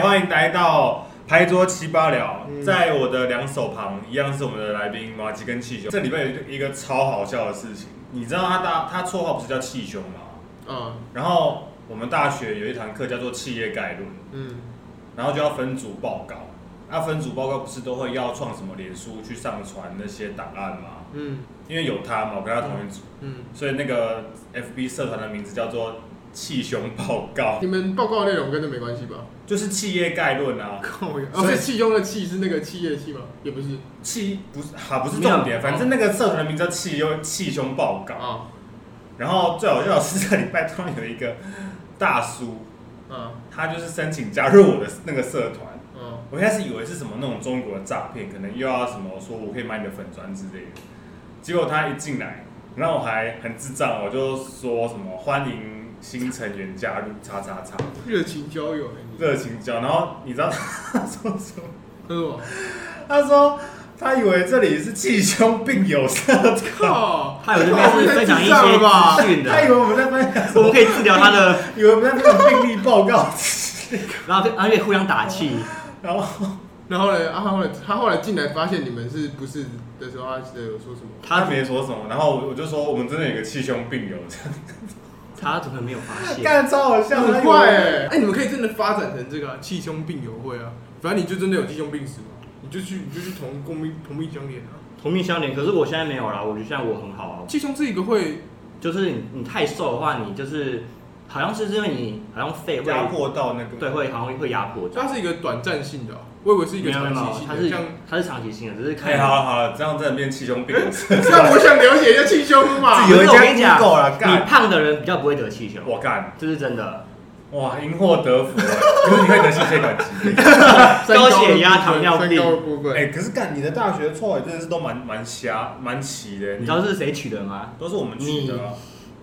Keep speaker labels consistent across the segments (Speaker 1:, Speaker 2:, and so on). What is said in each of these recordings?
Speaker 1: 欢迎来到牌桌七八聊，在我的两手旁一样是我们的来宾马吉跟气胸。这礼拜有一个一个超好笑的事情，你知道他大他绰号不是叫气胸吗？
Speaker 2: 嗯
Speaker 1: 然后我们大学有一堂课叫做企业概论，
Speaker 2: 嗯
Speaker 1: 然后就要分组报告。那、分组报告不是都会要创什么脸书去上传那些档案吗？
Speaker 2: 嗯
Speaker 1: 因为有他嘛，我跟他同一组，
Speaker 2: 嗯，
Speaker 1: 所以那个 FB 社团的名字叫做气胸报告
Speaker 2: 你，们报告内容跟这没关系吧？
Speaker 1: 就是企业概论啊。
Speaker 2: 靠呀！
Speaker 1: 所
Speaker 2: 哦，
Speaker 1: 以
Speaker 2: 是气胸的气是那个气液的气吗？也不是
Speaker 1: 气不是啊，不是重
Speaker 2: 没有
Speaker 1: 点，反正那个社团的名字叫气胸气胸报告。
Speaker 2: 啊
Speaker 1: 然后最好笑的是这礼拜突然有一个大叔，
Speaker 2: 啊
Speaker 1: 他就是申请加入我的那个社团。
Speaker 2: 嗯
Speaker 1: 我一开始以为是什么那种中国的诈骗，可能又要什么说我可以买你的粉砖之类的。结果他一进来，然后我还很智障，我就说什么欢迎新成员加入叉叉叉
Speaker 2: 热情交友哎，你
Speaker 1: 热情交。然后你知道他说什么？
Speaker 2: 他说什么？
Speaker 1: 他说他以为这里是气胸病友社团，
Speaker 2: 靠！
Speaker 3: 他有这边是分享一些资讯
Speaker 1: 他以
Speaker 3: 的，
Speaker 1: 为我们在分享什
Speaker 3: 我们
Speaker 1: 么，
Speaker 3: 可以治疗他的，
Speaker 1: 以为我们在分享病例报 告，
Speaker 3: 然后可以然后可以互相打气。
Speaker 1: 然后
Speaker 2: 然后呢？啊，他后来他后来进来发现你们是不是的时候，他是有说什么？
Speaker 1: 他
Speaker 3: 他
Speaker 1: 没说什么，然后我我就说我们真的有个气胸病友这样。
Speaker 3: 他怎么没有发 现？
Speaker 1: 干超好笑，
Speaker 2: 很
Speaker 1: 他以为我
Speaker 2: 怪哎！哎，你们可以真的发展成这个啊气胸病友会啊！反正你就真的有气胸病史嘛，你就去你就去同共病同病相怜啊！
Speaker 3: 同命相连，可是我现在没有啦，我觉得现在我很好啊。
Speaker 2: 气胸是一个会
Speaker 3: 就是你你太瘦的话，你就是好像是因为你好像肺会
Speaker 1: 压迫到那个
Speaker 3: 对会好像会压迫到。
Speaker 2: 它是一个短暂性的啊，我以为是一个
Speaker 3: 没有没
Speaker 2: 长期
Speaker 3: 有没有，
Speaker 2: 性
Speaker 3: 它
Speaker 2: 的，
Speaker 3: 是
Speaker 2: 像
Speaker 3: 它是长期性的，只是
Speaker 1: 哎、
Speaker 3: 看。
Speaker 1: 好了好了，这样真的变气胸病了。 自
Speaker 2: 那我想了解一下气胸嘛。
Speaker 1: 己有一
Speaker 3: 我跟你
Speaker 1: 家
Speaker 3: 讲
Speaker 1: Google 了，
Speaker 3: 啊你
Speaker 1: 干
Speaker 3: 胖的人比较不会得气胸，
Speaker 1: 我干，
Speaker 3: 这是真的。
Speaker 1: 哇，因祸得福 哎。可是你会得心血管疾病。
Speaker 2: 三的部分
Speaker 3: 高血压啊糖尿病
Speaker 2: 三高的部分。
Speaker 1: 哎、可是干你的大学错也欸真的是都蛮蛮瞎蛮奇的，欸
Speaker 3: 你知道是谁取的吗？
Speaker 1: 都是我们取的、啊。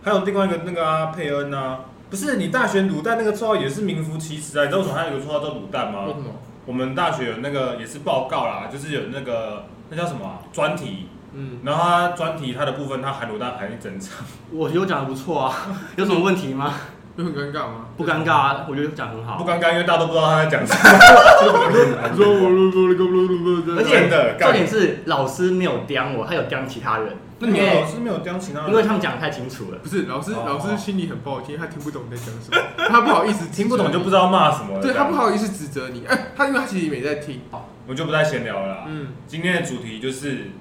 Speaker 1: 还有另外一个那个啊，佩恩啊，不是你大学卤蛋那个绰号也是名副其实啊。你知道为什么还有一个绰号叫卤蛋
Speaker 2: 为什
Speaker 1: 吗？
Speaker 2: 么？
Speaker 1: 我们大学有那个也是报告啦，就是有那个那叫什么啊专、题，
Speaker 2: 嗯，
Speaker 1: 然后它专题它的部分它含卤蛋含一整场。
Speaker 3: 我觉得我讲的不错啊， 有什么问题吗？
Speaker 2: 就很尴尬吗？
Speaker 3: 不尴尬啊，我觉得讲得很好
Speaker 1: 不。尴尬，因为大家都不知道他在讲什
Speaker 2: 你
Speaker 1: 么。
Speaker 2: 说我噜噜噜噜噜噜，
Speaker 3: 而
Speaker 1: 真
Speaker 3: 且
Speaker 1: 的干
Speaker 3: 重点是老师没有刁我，他有刁其他人，
Speaker 1: 那
Speaker 3: 因
Speaker 1: 你
Speaker 3: 为
Speaker 1: 老师没有教其他人？
Speaker 3: 因为他们讲的太清楚了。
Speaker 2: 不是老师，
Speaker 1: 哦
Speaker 2: 老师心里很抱歉，他听不懂你在讲什么，
Speaker 3: 哦
Speaker 2: 他不好意思，
Speaker 1: 听不懂就不知。道骂什么了。
Speaker 3: 啊
Speaker 2: 对他不
Speaker 1: 这样，
Speaker 2: 好意思指责你，哎，他因为他其实也没在听。
Speaker 3: 哦
Speaker 1: 我就不太闲聊了啦。
Speaker 2: 嗯，
Speaker 1: 今天的主题就是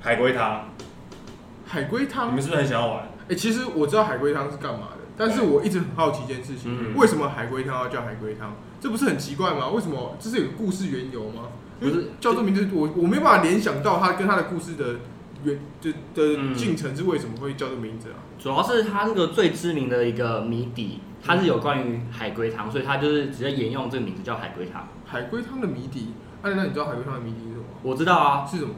Speaker 1: 海龟汤，
Speaker 2: 海龟
Speaker 1: 你
Speaker 2: 汤
Speaker 1: 们，是不是很想要玩？
Speaker 2: 哎，其实我知道海龟汤是干嘛的，但是我一直很好奇一件事情，
Speaker 3: 嗯
Speaker 2: 为什么海龟汤要叫海龟汤？这不是很奇怪吗？为什么？这是有个故事缘由吗？
Speaker 1: 嗯
Speaker 3: 不是
Speaker 2: 叫这名字，我我没办法联想到他跟他的故事的原就的
Speaker 3: 嗯
Speaker 2: 进程是为什么会叫这名字啊？
Speaker 3: 主要是它这个最知名的一个谜底，它是有关于海龟汤，所以它就是直接沿用这个名字叫海龟汤。
Speaker 2: 海龟汤的谜底，啊，那你知道海龟汤的谜底是什么吗？
Speaker 3: 我知道啊，
Speaker 2: 是什么？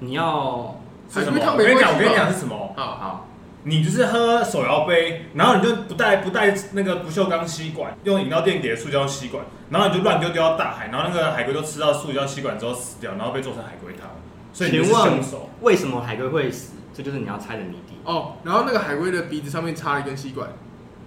Speaker 3: 你要
Speaker 1: 是什
Speaker 2: 海龟
Speaker 1: 么？
Speaker 2: 汤
Speaker 1: 我
Speaker 2: 没
Speaker 1: 跟你讲，我
Speaker 2: 关系吧
Speaker 1: 跟你讲是什么？
Speaker 2: 啊，
Speaker 3: 好，
Speaker 1: 你就是喝手摇杯，然后你就不带不带那个不锈钢吸管，用饮料店给的塑胶吸管，然后你就乱丢丢到大海，然后那个海龟就吃到塑胶吸管之后死掉，然后被做成海龟汤。所以你就是
Speaker 3: 请问
Speaker 1: 凶手。
Speaker 3: 为什么海龟会死？这就是你要猜的谜底。
Speaker 2: 哦，然后那个海龟的鼻子上面插了一根吸管，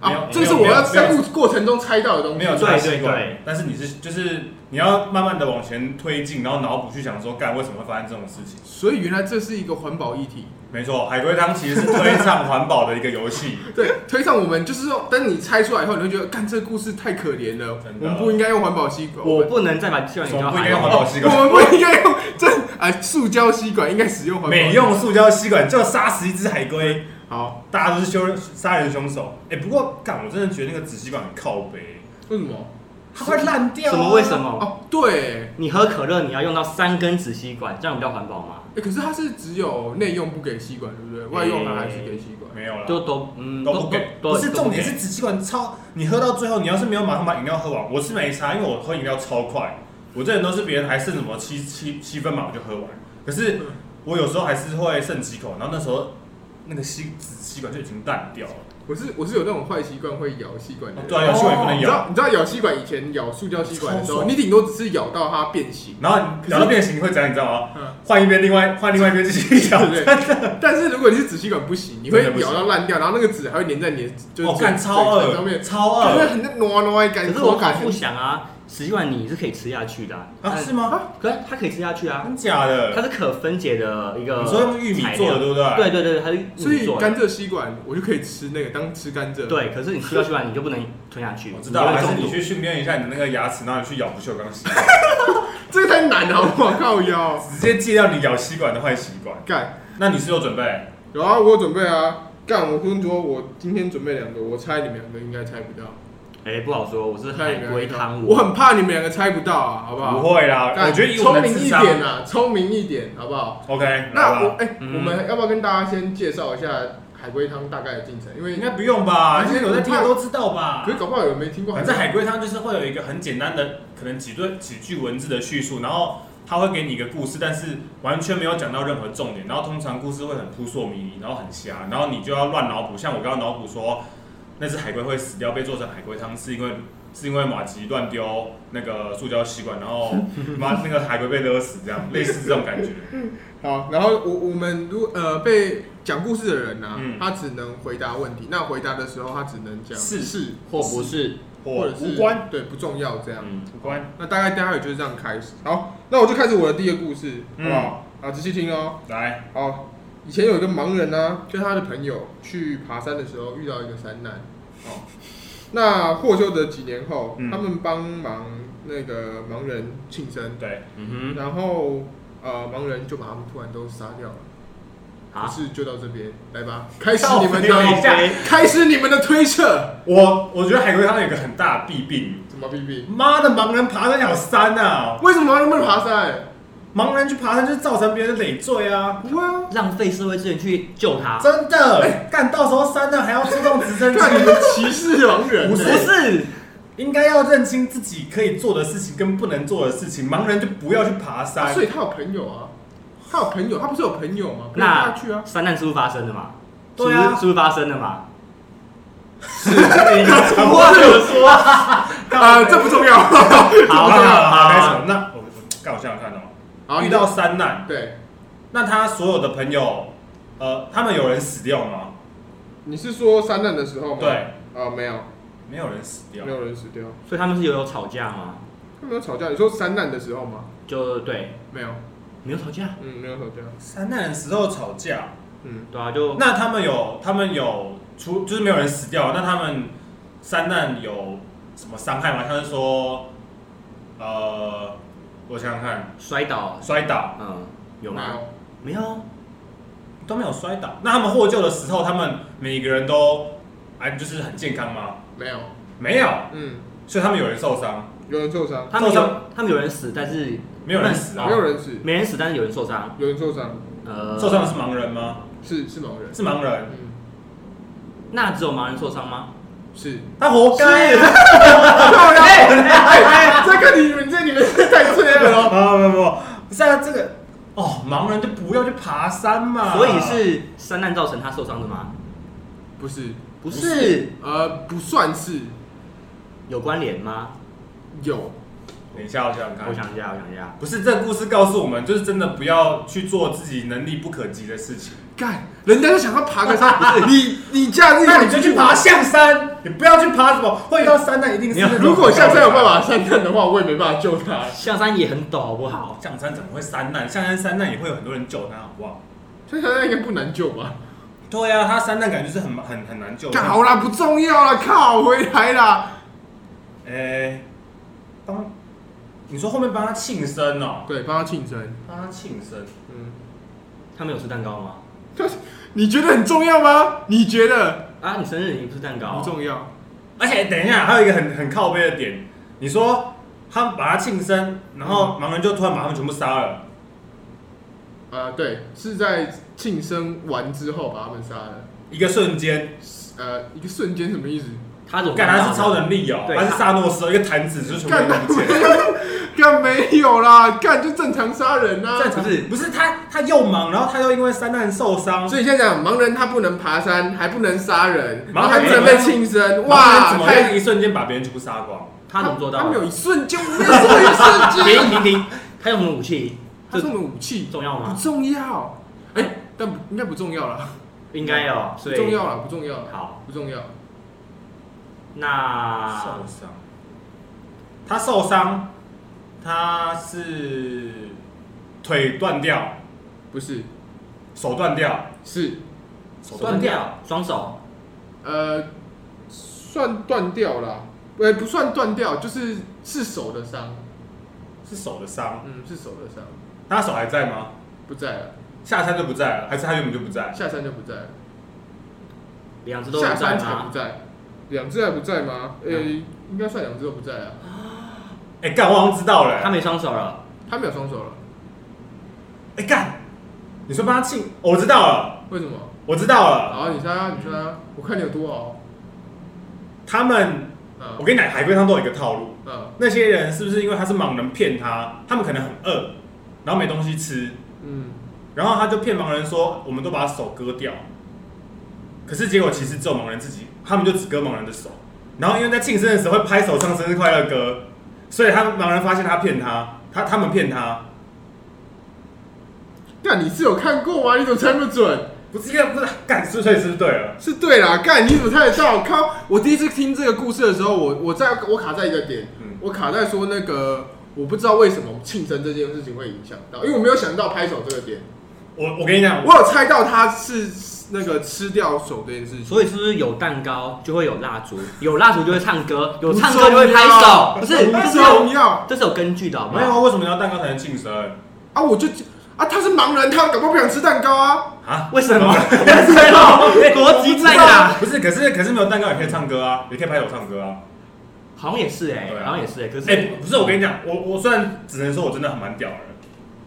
Speaker 1: 没有
Speaker 2: 啊，这是我要在
Speaker 1: 没有
Speaker 2: 过过程中猜到的东西。
Speaker 1: 没有抓
Speaker 3: 对对
Speaker 1: 习惯
Speaker 3: 对
Speaker 1: 但是你是就是你要慢慢的往前推进，然后脑补去想说，干为什么会发生这种事情？
Speaker 2: 所以原来这是一个环保议题，
Speaker 1: 没错，海龟汤其实是推倡环保的一个游 戏。
Speaker 2: 对，推上我们就是说，当你猜出来以后，你会觉得，干这个故事太可怜了
Speaker 1: 真，的
Speaker 2: 我们不应该用环保吸管，
Speaker 3: 我不能再把叫你
Speaker 1: 我们
Speaker 3: 叫
Speaker 1: 不应该
Speaker 3: 海
Speaker 1: 用环
Speaker 3: 龟，
Speaker 1: 保吸管，
Speaker 2: 我们不应该用这啊塑胶吸管，应该使用环保。
Speaker 1: 每用塑胶吸管就杀死一只海龟，
Speaker 2: 好，
Speaker 1: 大家都是凶杀人凶手。哎、不过干，我真的觉得那个纸吸管很靠背，
Speaker 2: 为什么？
Speaker 1: 它会烂掉、
Speaker 3: 什么为什
Speaker 1: 么？
Speaker 3: 么？
Speaker 2: 哦，对，
Speaker 3: 你喝可乐你要用到三根纸吸管，这样比较环保吗？
Speaker 2: 哎，可是它是只有内用不给吸管，对不对？外用它还是给吸管。
Speaker 1: 没有了。
Speaker 3: 就都嗯
Speaker 1: 啊都不给，不是
Speaker 3: 都
Speaker 1: 重
Speaker 3: 给
Speaker 1: 点是纸吸管超，你喝到最后，你要是没有马上把饮料喝完，我是没差，因为我喝饮料超快，我这人都是别人还剩什么七七七分嘛，我就喝完。可是我有时候还是会剩几口，然后那时候那个吸纸吸管就已经淡掉了，
Speaker 2: 我是我是有那种坏习惯，会咬吸管的
Speaker 1: 哦
Speaker 2: 人。
Speaker 1: 对啊，咬吸管也不能
Speaker 2: 你知道
Speaker 1: 咬，
Speaker 2: 你知道咬吸管以前咬塑胶吸管的时
Speaker 1: 超
Speaker 2: 候，
Speaker 1: 爽
Speaker 2: 你顶多只是咬到它变形，
Speaker 1: 然后你咬到变形会怎样？你知道吗？
Speaker 2: 嗯，
Speaker 1: 换一边，另外换另外一边继续咬
Speaker 2: 对。不对？但是如果你是纸吸管不行，你会
Speaker 1: 真的不行
Speaker 2: 咬到烂掉，然后那个纸还会粘在你的就是
Speaker 1: 我看
Speaker 2: 嘴
Speaker 1: 超
Speaker 2: 嘴唇上面
Speaker 1: 恶，，超
Speaker 2: 就会
Speaker 1: 恶
Speaker 2: 很那糯糯的感
Speaker 3: 可
Speaker 2: 觉，
Speaker 3: 是我
Speaker 2: 口
Speaker 3: 反
Speaker 2: 感
Speaker 3: 复想啊，实际上你是可以吃下去的啊，
Speaker 1: 啊！
Speaker 3: 但
Speaker 1: 是吗？
Speaker 3: 可是它可以吃下去啊，
Speaker 1: 真假
Speaker 3: 它
Speaker 1: 的？
Speaker 3: 是可分解的一个。
Speaker 1: 你说用玉米做的，对不对？
Speaker 3: 对对对，它是
Speaker 2: 所
Speaker 3: 玉米
Speaker 2: 以
Speaker 3: 做的。
Speaker 2: 甘蔗吸管我就可以吃那个当吃甘蔗。，
Speaker 3: 对，可是你吃下去啊完你就不能吞下去，
Speaker 1: 我知道了，
Speaker 3: 你
Speaker 1: 还
Speaker 3: 会
Speaker 1: 是
Speaker 3: 中
Speaker 1: 你
Speaker 3: 毒。
Speaker 1: 去训练一下你的那个牙齿，然后你去咬不锈钢吸管，
Speaker 2: 这个太难了，好不好？靠腰，
Speaker 1: 直接戒掉你咬吸管的坏习惯。
Speaker 2: 干，
Speaker 1: 那你是有准备？
Speaker 2: 有啊，我有准备啊。干，我跟你说，我今天准备两个，我猜你们两个应该猜不到。
Speaker 3: 哎，不好说，我是
Speaker 2: 猜
Speaker 3: 海
Speaker 2: 你们
Speaker 3: 龟
Speaker 2: 两个
Speaker 3: 汤，
Speaker 2: 我很怕你们两个猜不到啊，好不好？
Speaker 1: 不会啦，
Speaker 2: 干
Speaker 1: 我觉得以我
Speaker 2: 聪
Speaker 1: 们的
Speaker 2: 明
Speaker 1: 智
Speaker 2: 一
Speaker 1: 商
Speaker 2: 点啊，聪明一点，好不好？
Speaker 1: ，OK，来
Speaker 2: 那我
Speaker 1: 吧。
Speaker 2: 哎、
Speaker 3: 嗯
Speaker 2: 我们要不要跟大家先介绍一下海龟汤大概的进程？因为
Speaker 1: 应该不用吧？
Speaker 2: 而
Speaker 1: 因
Speaker 2: 且
Speaker 1: 为有在听的都知道吧
Speaker 2: 可？是搞不好有人没听过海
Speaker 1: 反
Speaker 2: 龟
Speaker 1: 正海龟汤就是会有一个很简单的，可能几段几句文字的叙述，然后他会给你一个故事，但是完全没有讲到任何重点。然后通常故事会很扑朔迷离，然后很瞎，然后你就要乱脑补。像我刚刚脑补说，那只海龟会死掉，被做成海龟汤，是因为是因为马吉乱丢那个塑胶吸管，然后马那个海龟被勒死，这样类似这种感觉。
Speaker 2: 好，然后我我们如呃被讲故事的人呢、啊，
Speaker 1: 嗯
Speaker 2: 他只能回答问题，那回答的时候他只能讲
Speaker 1: 是
Speaker 2: 是
Speaker 3: 或不是
Speaker 2: 或者是
Speaker 1: 无关，
Speaker 2: 对不重要这样。
Speaker 3: 嗯，
Speaker 1: 无关。
Speaker 2: 那大概待会就是这样开始。好，那我就开始我的第一个故事，好
Speaker 1: 嗯
Speaker 2: 不好？好，仔细听哦。
Speaker 1: 来，
Speaker 2: 好，以前有一个盲人呢、跟他的朋友去爬山的时候遇到一个山难。哦，那获救的几年后，
Speaker 1: 嗯
Speaker 2: 他们帮忙那个盲人庆生，
Speaker 1: 对，
Speaker 3: 嗯
Speaker 2: 然后呃盲人就把他们突然都杀掉了。
Speaker 3: 哼，啊，
Speaker 2: 故事就到这边，来吧，开始
Speaker 1: 靠
Speaker 2: 你们
Speaker 1: 等一
Speaker 2: 的，
Speaker 1: 下
Speaker 2: 开始你们的推测。
Speaker 1: 我我觉得海龟汤有一个很大的弊病，
Speaker 2: 怎么 B B？
Speaker 1: 妈的盲人爬那条山啊！
Speaker 2: 为什么盲人不能爬山？
Speaker 1: 盲人去爬山就是造成别人的累赘啊！
Speaker 2: 不 会啊，
Speaker 3: 浪费社会资源去救他，
Speaker 1: 真的，干、到时候山上还要出动直升机，
Speaker 2: 看你们歧视盲人、
Speaker 1: 不
Speaker 3: 不
Speaker 1: 是
Speaker 2: 欸。
Speaker 3: 是
Speaker 1: 应该要认清自己可以做的事情跟不能做的事情。盲人就不要去爬山，
Speaker 2: 所以他有朋友啊，他有朋友，他不是有朋友吗？不然
Speaker 3: 那
Speaker 2: 他去啊。
Speaker 3: 三难是不是发生的嘛？
Speaker 1: 对啊
Speaker 3: 是不是是不是发生 的嘛？
Speaker 1: 你
Speaker 3: 无
Speaker 1: 讲
Speaker 3: 话可说啊。
Speaker 2: 啊，这不重 要。
Speaker 1: 好好
Speaker 3: 好好
Speaker 1: 好，开始
Speaker 3: 好，
Speaker 1: 了。那我我干我想想看哦、
Speaker 2: 好
Speaker 1: 遇到山难，
Speaker 2: 对，
Speaker 1: 那他所有的朋友，呃，他们有人死掉吗？
Speaker 2: 你是说三难的时候吗？
Speaker 1: 对，
Speaker 2: 啊，没有，
Speaker 1: 没有人死掉
Speaker 2: 没。有人死掉，
Speaker 3: 所以他们是有有吵架吗？
Speaker 2: 他没有吵架。你说三难的时候吗？
Speaker 3: 就对，
Speaker 2: 没有，
Speaker 3: 没有吵架。
Speaker 2: 嗯，没有吵架，
Speaker 1: 山难的时候吵架，
Speaker 2: 嗯，
Speaker 3: 对啊，就
Speaker 1: 那他们有他们有出就是没有人死掉，那他们三难有什么伤害吗？像是说，呃，我想想看，
Speaker 3: 摔倒，
Speaker 1: 摔倒
Speaker 3: 嗯，有
Speaker 2: 没
Speaker 3: 吗？
Speaker 2: 有？
Speaker 3: 没有，
Speaker 1: 都没有摔倒，那他们获救的时候，他们每个人都哎就是很健康吗？
Speaker 2: 没有，
Speaker 1: 没有，
Speaker 2: 嗯，
Speaker 1: 所以他们有人受伤，
Speaker 2: 有人受伤，
Speaker 3: 他们
Speaker 1: 受
Speaker 3: 有
Speaker 1: 伤
Speaker 3: 他们有人死，但是
Speaker 1: 没有人啊死啊
Speaker 2: 没？有人死，
Speaker 3: 没人死，但是有人受伤。
Speaker 2: 有人受伤，
Speaker 3: 呃，
Speaker 1: 受伤的是盲人吗？
Speaker 2: 是是盲人，
Speaker 1: 是盲人，
Speaker 2: 嗯，
Speaker 3: 那只有盲人受伤吗？
Speaker 2: 是。
Speaker 1: 他活该。啊
Speaker 2: 漂亮！哎， 这个你们这你们是太脆弱了。
Speaker 1: 啊，不不不，不是啊，这个哦，盲人就不要去爬山嘛。
Speaker 3: 哎所以是山难造成他受伤的吗？
Speaker 2: 不是，
Speaker 3: 不
Speaker 1: 是
Speaker 3: 是，
Speaker 2: 呃，不算是
Speaker 3: 有关联吗？
Speaker 2: 有，
Speaker 1: 等一下，我想想看
Speaker 3: 我。想一下，我想一下。
Speaker 1: 不是，这个故事告诉我们，就是真的不要去做自己能力不可及的事情。
Speaker 2: 干，人家就想要爬个山，你 你假日
Speaker 1: 那你就去爬。象山，你不要去爬什么会到山，那一定是那种
Speaker 2: 如果下山有办法上山的话，我也没办法救他。
Speaker 3: 象山也很陡，好不好？
Speaker 1: 象山怎么会山难？象山山难也会有很多人救他，好不好？
Speaker 2: 所以下山应该不难救吧？
Speaker 1: 对啊，他山难感觉就是很很很难救。
Speaker 2: 干好啦，不重要啦，靠，回来啦。
Speaker 1: 哎、帮你说后面帮他庆生哦，
Speaker 2: 对，帮他庆生。
Speaker 1: 帮他庆生，
Speaker 2: 嗯，
Speaker 3: 他们有吃蛋糕吗？
Speaker 2: 你觉得很重要吗？你觉得
Speaker 3: 啊，你生日你不是蛋糕
Speaker 2: 不？重要？
Speaker 1: 而且等一下还有一个很很靠背的点，你说他们把他庆生，然后盲人就突然把他们全部杀了，
Speaker 2: 呃，对，是在庆生完之后把他们杀了。
Speaker 1: 一个瞬间。
Speaker 2: 呃，一个瞬间什么意思？
Speaker 3: 他怎么
Speaker 1: 干
Speaker 3: 办到的？
Speaker 1: 他是超能力哦、
Speaker 3: 对
Speaker 1: 他是萨诺斯哦，一个弹指就全部
Speaker 2: 干
Speaker 1: 都不见了。
Speaker 2: 干没有啦，干就正常杀人啊。
Speaker 1: 正常
Speaker 4: 不是
Speaker 1: 不是他他又忙，然后他又因为三难受伤，
Speaker 2: 所以你现在讲盲人他不能爬山，还不能杀人，然
Speaker 1: 盲人
Speaker 2: 后还不能被庆生，
Speaker 1: 哇，
Speaker 2: 哇，
Speaker 1: 怎么
Speaker 2: 太
Speaker 1: 在一瞬间把别人全部杀光？
Speaker 3: 他怎么做到
Speaker 2: 他没
Speaker 3: 的？
Speaker 2: 有一瞬间，没有做一瞬间，
Speaker 3: 停停停，他用什么武器？
Speaker 2: 他
Speaker 3: 这
Speaker 2: 送的武器
Speaker 3: 重要
Speaker 2: 不
Speaker 3: 吗？
Speaker 2: 重要，哎，但不应该不重要啦，
Speaker 3: 应该要，
Speaker 2: 不
Speaker 3: 所
Speaker 2: 重
Speaker 3: 以
Speaker 2: 要啦，不重要啦，
Speaker 3: 好，
Speaker 2: 不重要。
Speaker 3: 那
Speaker 1: 受伤，他受伤，他是腿断掉，
Speaker 2: 不是，
Speaker 1: 手断掉，
Speaker 2: 是
Speaker 1: 手
Speaker 3: 断掉双手，
Speaker 2: 呃，算断掉啦，呃，不算断掉，就是是手的伤，
Speaker 1: 是手的伤，
Speaker 2: 嗯，是手的伤，
Speaker 1: 他手还在吗？
Speaker 2: 不在了，
Speaker 1: 下山就不在了，还是他原本就不在？
Speaker 2: 下山就不在了，
Speaker 3: 两只都
Speaker 2: 下
Speaker 3: 不在
Speaker 2: 山才不
Speaker 3: 吗？
Speaker 2: 在，两只还不在吗？呃，应该算两只都不在啊，
Speaker 1: 哎、干，我好像知道了、
Speaker 3: 他没双手了，
Speaker 2: 他没有双手了，
Speaker 1: 哎、干，你说帮他庆、哦我知道了，
Speaker 2: 为什么？
Speaker 1: 我知道了，
Speaker 2: 好，你猜啊，你猜啊，我看你有多熬，
Speaker 1: 他们，
Speaker 2: 啊
Speaker 1: 我跟你讲，海龟汤都有一个套路，
Speaker 2: 啊，
Speaker 1: 那些人是不是因为他是盲人骗他，他们可能很饿，然后没东西吃，
Speaker 2: 嗯，
Speaker 1: 然后他就骗盲人说，我们都把手割掉。可是结果其实只有盲人自己，他们就只割盲人的手。然后因为在庆生的时候会拍手唱生日快乐歌，所以他们盲人发现他骗他，他他们骗他，
Speaker 2: 干你是有看过吗？你怎么猜那么准？
Speaker 1: 不是因为不是干，所以所以是不是对了？
Speaker 2: 是对啦，干你怎么猜得到？靠！我第一次听这个故事的时候，我我在我卡在一个点，
Speaker 1: 嗯
Speaker 2: 我卡在说那个我不知道为什么庆生这件事情会影响到，因为我没有想到拍手这个点，
Speaker 1: 我我跟你讲，
Speaker 2: 我有猜到他是那个吃掉手这件事情。
Speaker 3: 所以是不是有蛋糕就会有蜡烛，有蜡烛就会唱
Speaker 1: 嗯
Speaker 3: 歌，有唱歌就会拍手？不是，这
Speaker 2: 不
Speaker 3: 是有
Speaker 2: 重要
Speaker 3: 这是有根据的，好不
Speaker 1: 没有
Speaker 3: 好？
Speaker 1: 啊，为什么你要蛋糕才能庆生
Speaker 2: 啊！我就啊，他是盲人，他搞不好不想吃蛋糕啊。
Speaker 1: 啊？
Speaker 3: 为什么？为什么？ 国籍在哪？
Speaker 1: 不是，可是可是没有蛋糕也可以唱歌啊，也可以拍手唱歌啊。
Speaker 3: 好像也是哎
Speaker 1: 对，啊
Speaker 3: 好像也是哎，可
Speaker 1: 哎、
Speaker 3: 是
Speaker 1: 不是，我跟你讲，我我虽然只能说我真的很蛮屌的，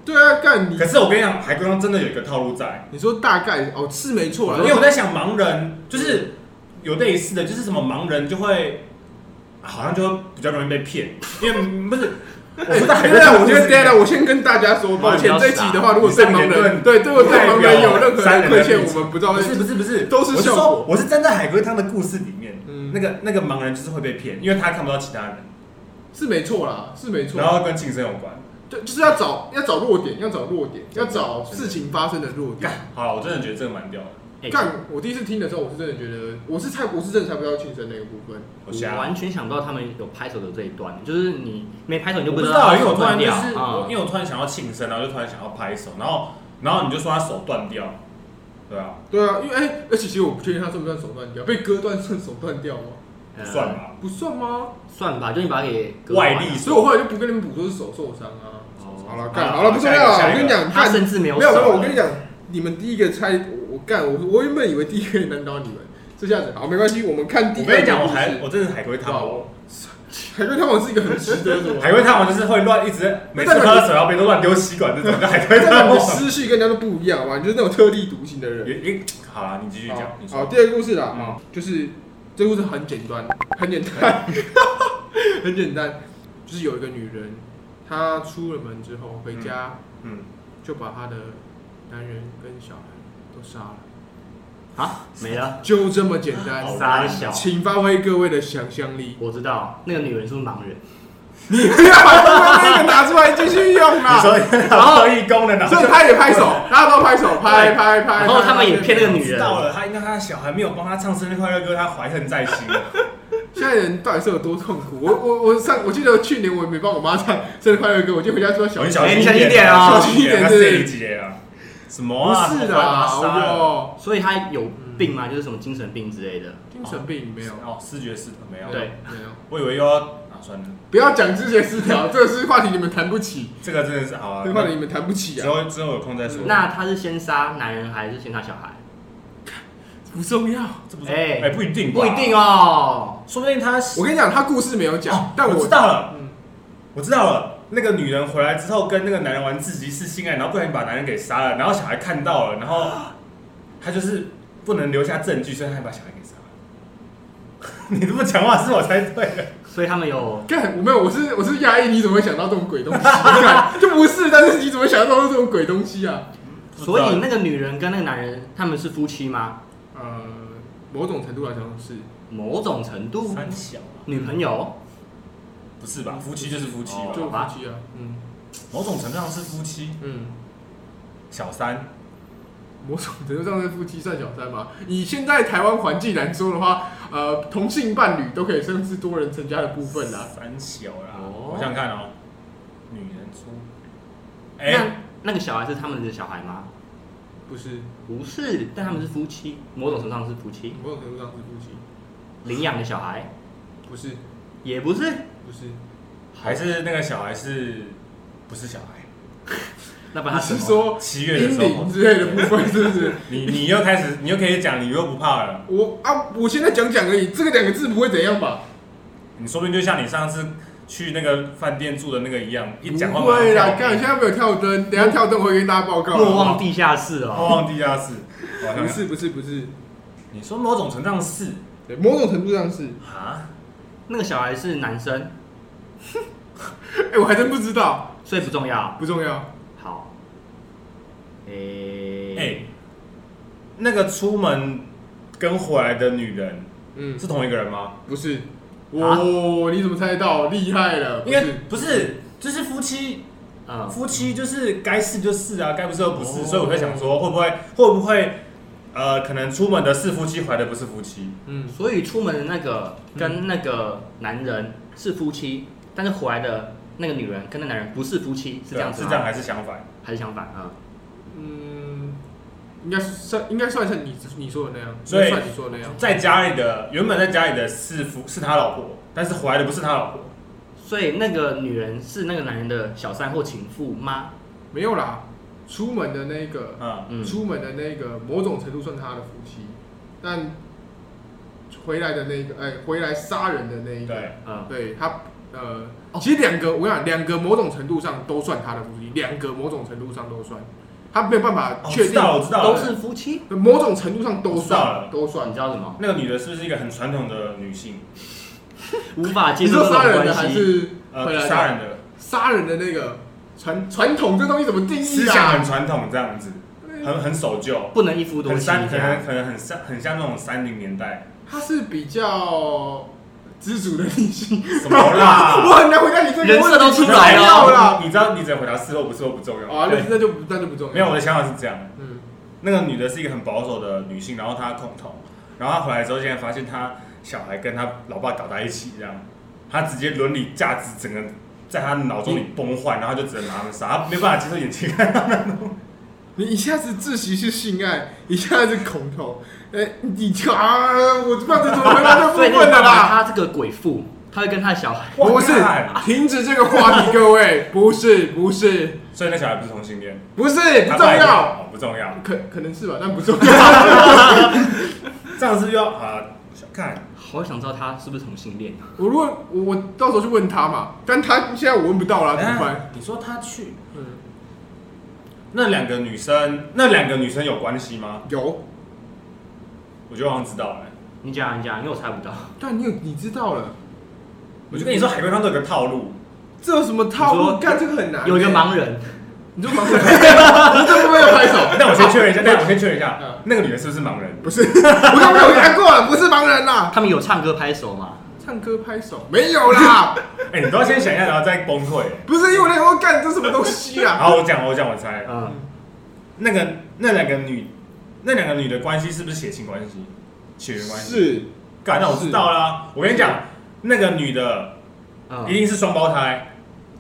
Speaker 2: 对啊，干你
Speaker 1: 可是我跟你讲，海龟汤真的有一个套路在，
Speaker 2: 你说大概哦是没错啦，
Speaker 1: 因为我在想盲人就是有类似的，就是什么盲人就会好像就会比较容易被骗，因为不 是，我不
Speaker 2: 对
Speaker 1: 是海龟
Speaker 2: 啊，
Speaker 1: 汤
Speaker 2: 我
Speaker 1: 故
Speaker 2: 觉
Speaker 1: 事
Speaker 2: 得
Speaker 1: 里面，
Speaker 2: 对了，我先跟大家说，抱歉，这一集的话，如果对啊盲人，对对我对盲人有任何的亏欠，我们不知道
Speaker 1: 不是不是不是，
Speaker 2: 都是
Speaker 1: 我是
Speaker 2: 效
Speaker 1: 说
Speaker 2: 果
Speaker 1: 我是站在海龟汤的故事里面，
Speaker 2: 嗯
Speaker 1: 那个那个盲人就是会被骗，因为他看不到其他人，
Speaker 2: 是没错啦，是没
Speaker 1: 然
Speaker 2: 错，
Speaker 1: 后跟庆生有关。
Speaker 2: 对，就是要找要找弱点，要找弱点，要找事情发生的弱点。
Speaker 1: 好了，我真的觉得这个蛮屌的。
Speaker 3: 哎
Speaker 2: 干，我第一次听的时候，我是真的觉得，我是猜，我是真的猜不到庆生那个部分。
Speaker 1: 我瞎
Speaker 3: 我完全想不到他们有拍手的这一段，就是你没拍手你就
Speaker 1: 我
Speaker 3: 不
Speaker 1: 不知
Speaker 3: 道
Speaker 1: 道，因为我突然就
Speaker 3: 断
Speaker 1: 是
Speaker 3: 掉
Speaker 1: 我，
Speaker 3: 啊
Speaker 1: 因为我突然想要庆生，然后就突然想要拍手，然后然后你就说他手断掉，对啊，
Speaker 2: 对啊，因为哎、而且其实我不确定他算不算手断掉，被割断算手断掉吗？
Speaker 1: 不
Speaker 3: 呃
Speaker 1: 算吧，
Speaker 2: 不算吗？
Speaker 3: 算吧，就你把它给
Speaker 2: 嗯
Speaker 3: 割
Speaker 1: 外
Speaker 3: 断
Speaker 1: 力
Speaker 2: 所以我后来就不跟你们补说是手受伤啊。
Speaker 3: 哦
Speaker 2: 好了，干，好了，不重要了。我跟你讲，
Speaker 3: 他
Speaker 2: 干，
Speaker 3: 甚至没有
Speaker 2: 没有没有，
Speaker 3: 手
Speaker 2: 我跟你讲，你们第一个猜，我我干，我我原本以为第一个难倒你们，这下子好没关系，我们看第
Speaker 1: 我
Speaker 2: 二个故事。
Speaker 1: 跟你讲，我还我真的是海龟汤
Speaker 2: 好
Speaker 1: 王，
Speaker 2: 海龟汤王是一个很值得什么？
Speaker 1: 海龟汤王就是会乱，一直每次喝水然后别人都乱丢吸管这种，叫海龟
Speaker 2: 但是
Speaker 1: 汤
Speaker 2: 你的
Speaker 1: 王。
Speaker 2: 思绪跟人家都不一样嘛，你就是那种特立独行的人。
Speaker 1: 也也好啦，你继续讲
Speaker 2: 好，
Speaker 1: 你
Speaker 2: 好，
Speaker 1: 说
Speaker 2: 第二个故事啦，
Speaker 1: 嗯
Speaker 2: 就是这故事很简单，很简单，很简单，就是有一个女人，她出了门之后回家，
Speaker 1: 嗯，
Speaker 2: 就把她的男人跟小孩都杀了，
Speaker 3: 啊，没了，
Speaker 2: 就这么简单。
Speaker 1: 好
Speaker 3: 傻小，
Speaker 2: 请发挥各位的想象 力，
Speaker 3: 我知道那个女人是不是盲人，
Speaker 2: 你不要把那个拿出来继续用
Speaker 1: 你
Speaker 2: 啦。
Speaker 1: 说特异功能啊，
Speaker 2: 所以他也拍手，大家都拍手，拍拍拍。
Speaker 3: 然后他们也
Speaker 2: 拍
Speaker 3: 骗那个女
Speaker 1: 知
Speaker 3: 人，
Speaker 1: 道了，他应该他的小孩没有帮他唱生日快乐歌，他怀恨在心。
Speaker 2: 现在人到底是有多痛苦？我我我上，我记得去年我也没帮我妈唱生日快乐歌，我就回家说小
Speaker 1: 你
Speaker 2: 心。
Speaker 1: 小
Speaker 3: 哎你
Speaker 1: 心
Speaker 3: 小心
Speaker 1: 一
Speaker 3: 一点啊
Speaker 1: 小心一点，哦
Speaker 2: 小
Speaker 1: 他
Speaker 2: 心一点
Speaker 1: 谁理解啊？什么
Speaker 2: 不
Speaker 1: 啊？
Speaker 2: 是
Speaker 1: 我快把
Speaker 2: 啦，
Speaker 1: 他杀了
Speaker 2: 哦，
Speaker 3: 所以她有病
Speaker 1: 嗯
Speaker 3: 吗？就是什么精神病之类的，
Speaker 2: 精神病没有，
Speaker 1: 哦，视觉失调没有。
Speaker 3: 对
Speaker 2: 没有，
Speaker 1: 我以为又要啊，算了，
Speaker 2: 不要讲这些失调，这个是话题你们谈不起，
Speaker 1: 这个真的是好啊
Speaker 2: 这。个话题你们谈不起
Speaker 1: 之
Speaker 2: 啊，
Speaker 1: 后之后有空再说。
Speaker 3: 那她是先杀男人还是先杀小孩？
Speaker 2: 不重要。
Speaker 1: 这不是
Speaker 3: 哎
Speaker 1: 哎，不一定，
Speaker 3: 不一定
Speaker 1: 哦，
Speaker 3: 哦，
Speaker 1: 说不定他
Speaker 2: 我跟你讲，他故事没有
Speaker 1: 哦
Speaker 2: 讲，但
Speaker 1: 我
Speaker 2: 我
Speaker 1: 知道了，
Speaker 2: 嗯
Speaker 1: 我知道了。那个女人回来之后跟那个男人玩自己是性爱，然后不小心把男人给杀了，然后小孩看到了，然后他就是 不能留下证据，所以他还把小孩给杀了。你这么讲话是我猜对了，
Speaker 3: 所以他们有
Speaker 2: 干，我没有，我是我是压抑，你怎么会想到这种鬼东西？啊干就不是，但是你怎么会想到这种鬼东西啊？
Speaker 3: 所以那个女人跟那个男人他们是夫妻吗？
Speaker 2: 呃，某种程度来讲是，
Speaker 3: 某种程度，
Speaker 1: 三小啊
Speaker 3: 女朋友
Speaker 1: 不是吧？夫妻就是夫妻吧，
Speaker 2: 就
Speaker 3: 哦
Speaker 2: 夫
Speaker 3: 好吧
Speaker 2: 妻啊，嗯
Speaker 1: 某种程度上是夫妻。
Speaker 2: 嗯，
Speaker 1: 小三，
Speaker 2: 某种程度上是夫妻算小三嘛。以现在台湾环境来说的话，呃，同性伴侣都可以算是多人成家的部分啦。
Speaker 1: 三啊小啦，
Speaker 3: 哦
Speaker 1: 我想想看哦，女人出，哎，
Speaker 3: 那那个小孩是他们的小孩吗？
Speaker 2: 不是，
Speaker 3: 不是，但他们是夫妻，某种程度上是夫妻，
Speaker 2: 某种程度上是夫妻，
Speaker 3: 领养的小孩
Speaker 2: 不是
Speaker 3: 也不是，
Speaker 2: 不是，
Speaker 1: 还是那个小孩是不是小孩？
Speaker 3: 那不然
Speaker 2: 你
Speaker 3: 他什
Speaker 2: 啊是
Speaker 3: 么？
Speaker 2: 说
Speaker 1: 七月的
Speaker 2: 阴
Speaker 1: 时候
Speaker 2: 灵，之类的部分是不 是？
Speaker 1: 你你又开始，你又可以讲，你又不怕了。
Speaker 2: 我啊，我现在讲讲而已，这个两个字不会怎样吧？
Speaker 1: 你说不定就像你上次去那个饭店住的那个一样，一讲话
Speaker 2: 不会啦，
Speaker 1: 跳
Speaker 2: 看现在没有跳灯，等一下跳灯我会跟大家报告。
Speaker 3: 莫忘地下室
Speaker 1: 忘
Speaker 3: 哦，
Speaker 1: 忘地下 室。我想
Speaker 2: 不
Speaker 1: 想
Speaker 2: 哦是不是不是，
Speaker 1: 你说某种程度上是
Speaker 2: 对，某种程度上是。
Speaker 1: 啊，
Speaker 3: 那个小孩是男生，
Speaker 2: 哎、我还真不知道，
Speaker 3: 所以不重要。
Speaker 2: 不重要。
Speaker 3: 好，诶、
Speaker 1: 哎、那个出门跟回来的女人
Speaker 2: 嗯，
Speaker 1: 是同一个人吗？
Speaker 2: 不是。
Speaker 3: 啊
Speaker 2: 哦，你怎么猜得到？厉害了，不
Speaker 1: 应该
Speaker 2: 是。
Speaker 1: 不是，就是夫妻，
Speaker 3: 嗯，
Speaker 1: 夫妻就是该是就是啊，该不是就不是，
Speaker 2: 哦
Speaker 1: 所以我在想说会不会会不会呃，可能出门的是夫妻，怀的不是夫妻，
Speaker 2: 嗯，
Speaker 3: 所以出门的那个
Speaker 1: 嗯
Speaker 3: 跟那个男人是夫妻，但是回来的那个女人跟那男人不是夫妻，是这样子
Speaker 1: 是
Speaker 3: 吗
Speaker 1: 这样还是相反？
Speaker 3: 还是相反？嗯，
Speaker 2: 嗯，应该算，应该算是你你说的那样，
Speaker 1: 所以
Speaker 2: 应该算你说的那样。
Speaker 1: 在家里的原本在家里的是夫是他老婆，但是怀的不是他老婆，
Speaker 3: 所以那个女人是那个男人的小三或情妇吗？
Speaker 2: 没有啦，出门的那个，
Speaker 1: 嗯，
Speaker 3: 嗯，
Speaker 2: 出门的那个，某种程度算他的夫妻，但回来的那个，哎、回来杀人的那一个，
Speaker 1: 对，
Speaker 3: 嗯，
Speaker 2: 对他呃
Speaker 3: 哦，
Speaker 2: 其实两个我想两个某种程度上都算他的夫妻，两个某种程度上都算，他没有办法
Speaker 1: 哦
Speaker 2: 确
Speaker 1: 知
Speaker 2: 定，
Speaker 1: 道了，我知道
Speaker 3: 都
Speaker 1: 了，
Speaker 3: 是夫妻。
Speaker 2: 某种程度上都
Speaker 1: 我知道了
Speaker 2: 算都算
Speaker 3: 你。知道什么？
Speaker 1: 那个女的是不是一个很传统的女性？
Speaker 3: 无法接
Speaker 2: 你
Speaker 3: 受
Speaker 2: 说
Speaker 3: 这
Speaker 2: 杀人
Speaker 3: 种
Speaker 2: 的
Speaker 3: 关
Speaker 2: 还
Speaker 3: 系。
Speaker 2: 是回
Speaker 1: 呃，
Speaker 2: 来
Speaker 1: 杀
Speaker 2: 的？
Speaker 1: 人的
Speaker 2: 杀人的那个传传统这东西怎么定
Speaker 1: 思
Speaker 2: 义
Speaker 1: 想
Speaker 2: 啊
Speaker 1: 很？传统，这样子，很很守旧，
Speaker 3: 不能一夫多
Speaker 1: 很
Speaker 3: 妻
Speaker 1: 三，
Speaker 3: 这
Speaker 1: 可
Speaker 3: 样
Speaker 1: 能。可能很像很像那种三零年代，
Speaker 2: 他是比较知足的理性。
Speaker 1: 什么
Speaker 2: 我
Speaker 1: 啦？
Speaker 2: 很难回答你这个
Speaker 3: 人设都出来
Speaker 2: 不要啦。
Speaker 1: 你知道你只能回答是或不是或不重
Speaker 2: 哦
Speaker 1: 要。
Speaker 2: 啊，那
Speaker 1: 对，
Speaker 2: 那就不那就不重要。
Speaker 1: 没有我的想法是这样，
Speaker 2: 嗯，
Speaker 1: 那个女的是一个很保守的女性，然后她恐同，然后她回来之后，竟然发现她小孩跟她老爸搞在一起，这样，她直接伦理价值整个在她脑中里崩坏，然后她就只能拿他们杀，她没办法接受眼睛看。
Speaker 2: 你一下子自习是性爱，一下子恐同，哎、你啊，我不知道怎么回答这部
Speaker 3: 所以那
Speaker 2: 分
Speaker 3: 个
Speaker 2: 的 啦。
Speaker 3: 他这个鬼父，他会跟他的小孩。
Speaker 2: 不是
Speaker 1: 哇看，
Speaker 2: 停止这个话题，各位，不是，不是，
Speaker 1: 所以那小孩不是同性恋，
Speaker 2: 不是，不
Speaker 1: 她
Speaker 2: 重
Speaker 1: 爸也是
Speaker 2: 要，
Speaker 1: 哦，不重要。
Speaker 2: 可可能是吧，但不重要。
Speaker 1: 这样是不是要啊？看，
Speaker 3: 好想知道他是不是同性恋啊？
Speaker 2: 我如果我我到时候去问他嘛，但他现在我问不到啦，怎么办？
Speaker 1: 哎你说她去
Speaker 2: 嗯，
Speaker 1: 那两个女生，那两个女生有关系吗？
Speaker 2: 有，
Speaker 1: 我觉得我好像知道欸了。
Speaker 3: 你讲啊你讲啊，因为我猜 不到。
Speaker 2: 但你有你知道了，
Speaker 1: 我就跟你说，海龟汤都有个套路，
Speaker 2: 这有什么套
Speaker 3: 你
Speaker 2: 路？
Speaker 3: 说
Speaker 2: 干这个很难、欸
Speaker 3: 有一个，盲人，
Speaker 2: 你就盲人， 你这会不会有拍手？
Speaker 1: 那我先确认一下，那我先确认一下
Speaker 2: 嗯，
Speaker 1: 那个女的是不是盲人？
Speaker 2: 不是，我都没有看过了，不是盲人啦，
Speaker 3: 他们有唱歌拍手吗？
Speaker 2: 唱歌拍手没有啦。
Speaker 1: 哎、你都要先想一下，然后再崩溃。
Speaker 2: 不是因为我那时候干这什么东西 啊？
Speaker 1: 好，我讲，我讲，我猜，
Speaker 3: 嗯，
Speaker 1: 那个那两个女，那两个女的关系是不是血亲关系？血缘关系？，
Speaker 2: 是，
Speaker 1: 干，那我知道啦。我跟你讲，那个女的一
Speaker 3: 嗯，
Speaker 1: 定是双胞胎，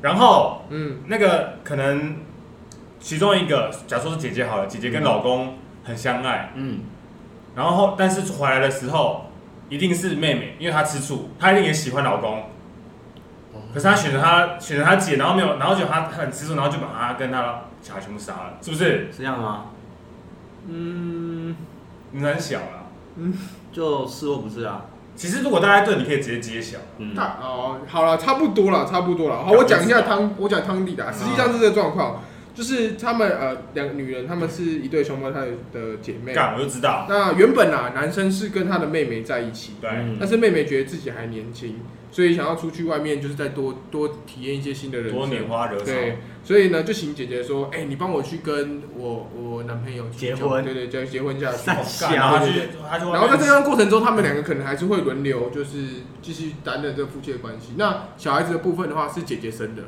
Speaker 1: 然后
Speaker 2: 嗯，
Speaker 1: 那个可能其中一个，假如说是姐姐好了，姐姐跟老公很相爱，
Speaker 3: 嗯，
Speaker 1: 然后但是回来的时候一定是妹妹，因为她吃醋，她一定也喜欢老公
Speaker 3: 哦。
Speaker 1: 可是她选择她选择她姐，然后没有，然后就她她很吃醋，然后就把她跟她小孩全部杀了，是不是？
Speaker 3: 是这样吗？
Speaker 2: 嗯，
Speaker 1: 你很小啊。
Speaker 3: 就是或不是啊？
Speaker 1: 其实如果大家对，你可以直接揭晓。
Speaker 3: 嗯，
Speaker 2: 大哦，好了，差不多了，差不多了。好，我讲一下汤，我讲汤底的啊，实际上是这个状况，就是他们呃两个女人，她们是一对双胞胎的姐妹。
Speaker 1: 干，我就知道。
Speaker 2: 那原本啊，男生是跟他的妹妹在一起，
Speaker 1: 对，
Speaker 3: 嗯
Speaker 2: 但是妹妹觉得自己还年轻，所以想要出去外面，就是再多多体验一些新的人
Speaker 1: 多
Speaker 2: 生
Speaker 1: 拈。花惹草。哦
Speaker 2: 对，所以呢，就请姐姐说，哎、你帮我去跟我我男朋友去
Speaker 3: 结婚
Speaker 2: 对对，就结婚 下去。
Speaker 3: 三
Speaker 1: 干然后他
Speaker 3: 小，
Speaker 1: 去，他去外面
Speaker 2: 然后在这段过程中，他们两个可能还是会轮流，就是继续担任这夫妻的关系。那小孩子的部分的话，是姐姐生的，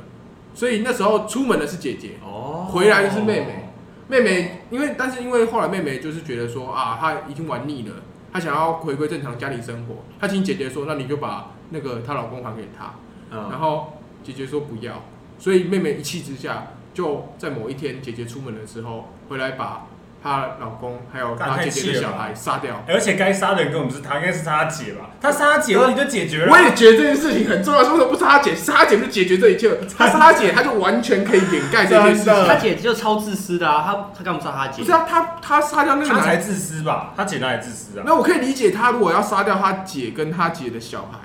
Speaker 2: 所以那时候出门的是姐姐，
Speaker 3: 哦
Speaker 2: 回来就是妹妹。妹妹因为但是因为后来妹妹就是觉得说啊，她已经玩腻了，她想要回归正常家庭生活，她请姐姐说，那你就把那个她老公还给她。
Speaker 3: 嗯，
Speaker 2: 然后姐姐说不要，所以妹妹一气之下，就在某一天姐姐出门的时候，回来把她老公还有
Speaker 1: 干
Speaker 2: 她
Speaker 1: 太
Speaker 2: 姐姐
Speaker 1: 气
Speaker 2: 的
Speaker 1: 了
Speaker 2: 小
Speaker 1: 吧
Speaker 2: 孩杀掉。
Speaker 1: 哎而且该杀的人根本不是他，应该是他姐吧？他杀他姐，问题就解决了。
Speaker 2: 我也觉得这件事情很重要，为什么不是她姐？是她姐就解决这一切，她是她姐，她就完全可以掩盖这件事
Speaker 1: 真
Speaker 2: 情
Speaker 1: 的。
Speaker 3: 他姐就超自私的啊，他他干嘛杀他姐
Speaker 2: 不是？啊，她她杀掉那个
Speaker 1: 他才
Speaker 2: 男，
Speaker 1: 自私吧？他姐那也自私啊。
Speaker 2: 那我可以理解她如果要杀掉她姐跟她姐的小孩，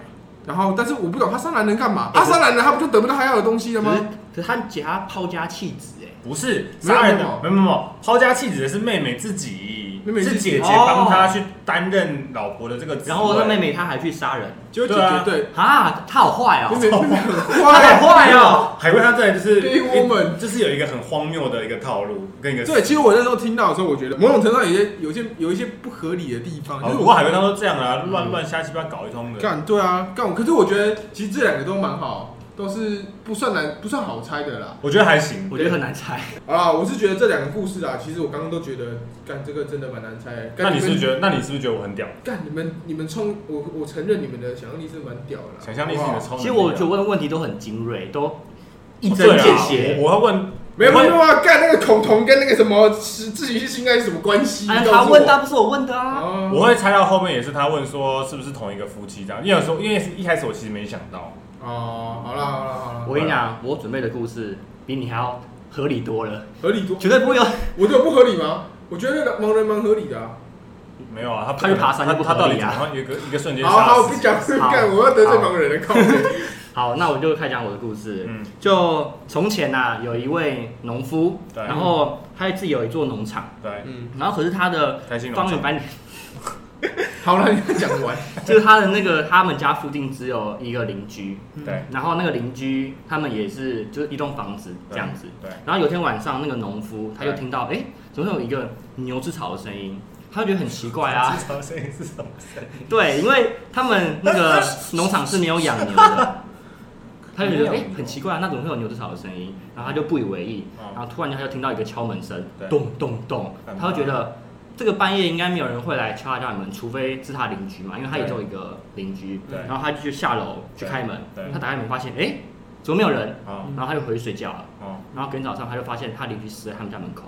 Speaker 2: 然后但是我不懂她杀男人干嘛？
Speaker 3: 哎
Speaker 2: 她杀男人，她不就得不到她要的东西了
Speaker 3: 可是
Speaker 2: 吗？
Speaker 3: 可是他姐他抛家弃子哎，
Speaker 1: 不是
Speaker 2: 没有
Speaker 1: 杀人的
Speaker 2: 没有，
Speaker 1: 没有没有没有，抛家弃子的是妹妹自己，
Speaker 2: 妹妹自
Speaker 1: 是
Speaker 2: 己
Speaker 1: 姐姐
Speaker 3: 哦
Speaker 1: 帮他去担任老婆的这个职位。
Speaker 3: 然后那妹妹她还去杀人
Speaker 2: 就姐
Speaker 1: 对啊
Speaker 2: 姐对，
Speaker 3: 啊，她好坏哦，
Speaker 2: 妹妹妹妹很
Speaker 3: 她
Speaker 2: 坏啊
Speaker 3: 好坏哦。
Speaker 1: 海龟他这里就是
Speaker 2: Gay woman
Speaker 1: 就是有一个很荒谬的一个套路跟一个
Speaker 2: 对，其实我那时候听到的时候，我觉得某种程度上有些有些有一些不合理的地方，
Speaker 1: 好
Speaker 2: 就是
Speaker 1: 哦不过
Speaker 2: 我
Speaker 1: 海龟他都这样啊，乱
Speaker 3: 嗯
Speaker 1: 乱瞎七八搞一通的。
Speaker 2: 干对啊干我，可是我觉得其实这两个都蛮好，都是不算难不算好猜的啦。
Speaker 1: 我觉得还行，
Speaker 3: 我觉得很难猜，
Speaker 2: 啊，我是觉得这两个故事啊，其实我刚刚都觉得干这个真的蛮难猜的。
Speaker 1: 那
Speaker 2: 干
Speaker 1: 你是不
Speaker 2: 们
Speaker 1: 是觉得？那你是不是觉得我很屌？
Speaker 2: 干你们你们冲我我承认你们的想象力是蛮屌的啦，
Speaker 1: 想象力是你的
Speaker 2: 好
Speaker 1: 超能力啊。
Speaker 3: 其实我觉得问的问题都很精锐，都一
Speaker 1: 对
Speaker 3: 针
Speaker 1: 啊
Speaker 3: 见血。
Speaker 1: 我我要问，
Speaker 2: 不好没有
Speaker 1: 我
Speaker 2: 没有啊，干那个恐同跟那个什么是自己是性爱是什么关系？
Speaker 3: 哎，
Speaker 2: 你告诉
Speaker 3: 他
Speaker 2: 我
Speaker 3: 问他不是我问的啊，
Speaker 2: 哦
Speaker 1: 我会猜到后面也是他问说是不是同一个夫妻这样，因为有时候因为一开始我其实没想到，
Speaker 2: 哦，好啦好啦好啦，
Speaker 3: 我跟你讲，我准备的故事比你还要合理多了，
Speaker 2: 合理多，
Speaker 3: 绝对不会有。
Speaker 2: 我觉得不合理吗？我觉得那个盲人蛮合理的啊。
Speaker 1: 没有啊，他
Speaker 3: 他去爬山
Speaker 1: 他
Speaker 3: 就不
Speaker 1: 他到
Speaker 3: 合
Speaker 1: 底
Speaker 3: 理
Speaker 1: 怎
Speaker 3: 啊
Speaker 1: 么有一个一个瞬间
Speaker 2: 好好，
Speaker 1: 杀
Speaker 2: 我不
Speaker 1: 死？
Speaker 2: 讲这个，
Speaker 3: 好
Speaker 2: 干我要得罪盲人了，靠北！
Speaker 3: 好，那我就开始讲我的故事。
Speaker 1: 嗯，
Speaker 3: 就从前呐、有一位农夫，
Speaker 1: 对
Speaker 3: 然后他自己有一座农场，
Speaker 1: 对，
Speaker 2: 嗯，
Speaker 3: 然后可是他的
Speaker 1: 开心农
Speaker 3: 方
Speaker 1: 场
Speaker 3: 圆百里，
Speaker 2: 好了，你讲完。
Speaker 3: 就是他的那个他们家附近只有一个邻居，
Speaker 1: 对
Speaker 3: 然后那个邻居他们也是就是一栋房子这样子，
Speaker 1: 对，
Speaker 3: 然后有天晚上，那个农夫他就
Speaker 1: 对
Speaker 3: 听到，哎，怎么有一个牛吃草的声音？他就觉得很奇怪 啊。
Speaker 1: 这条声音是什么声音？
Speaker 3: 对，因为他们 那个农场是没有养牛的，他就觉得
Speaker 1: 没
Speaker 3: 哎、
Speaker 1: 有牛
Speaker 3: 很奇怪，那怎么会有牛吃草的声音？然后他就不以为意，
Speaker 1: 哦
Speaker 3: 然后突然间他就听到一个敲门声
Speaker 1: 对，
Speaker 3: 咚咚咚
Speaker 1: 干，嘛
Speaker 3: 他就觉得这个半夜应该没有人会来敲他家门，除非是他邻居嘛，因为他也只有一个邻居。
Speaker 1: 对
Speaker 3: 然后他就去下楼去开门
Speaker 1: 对对，
Speaker 3: 他打开门发现哎、怎么没有人？
Speaker 2: 哦
Speaker 1: 啊
Speaker 3: 然后他就回去睡觉了。
Speaker 1: 啊，
Speaker 3: 然后隔天早上他就发现他邻居死在他们家门口，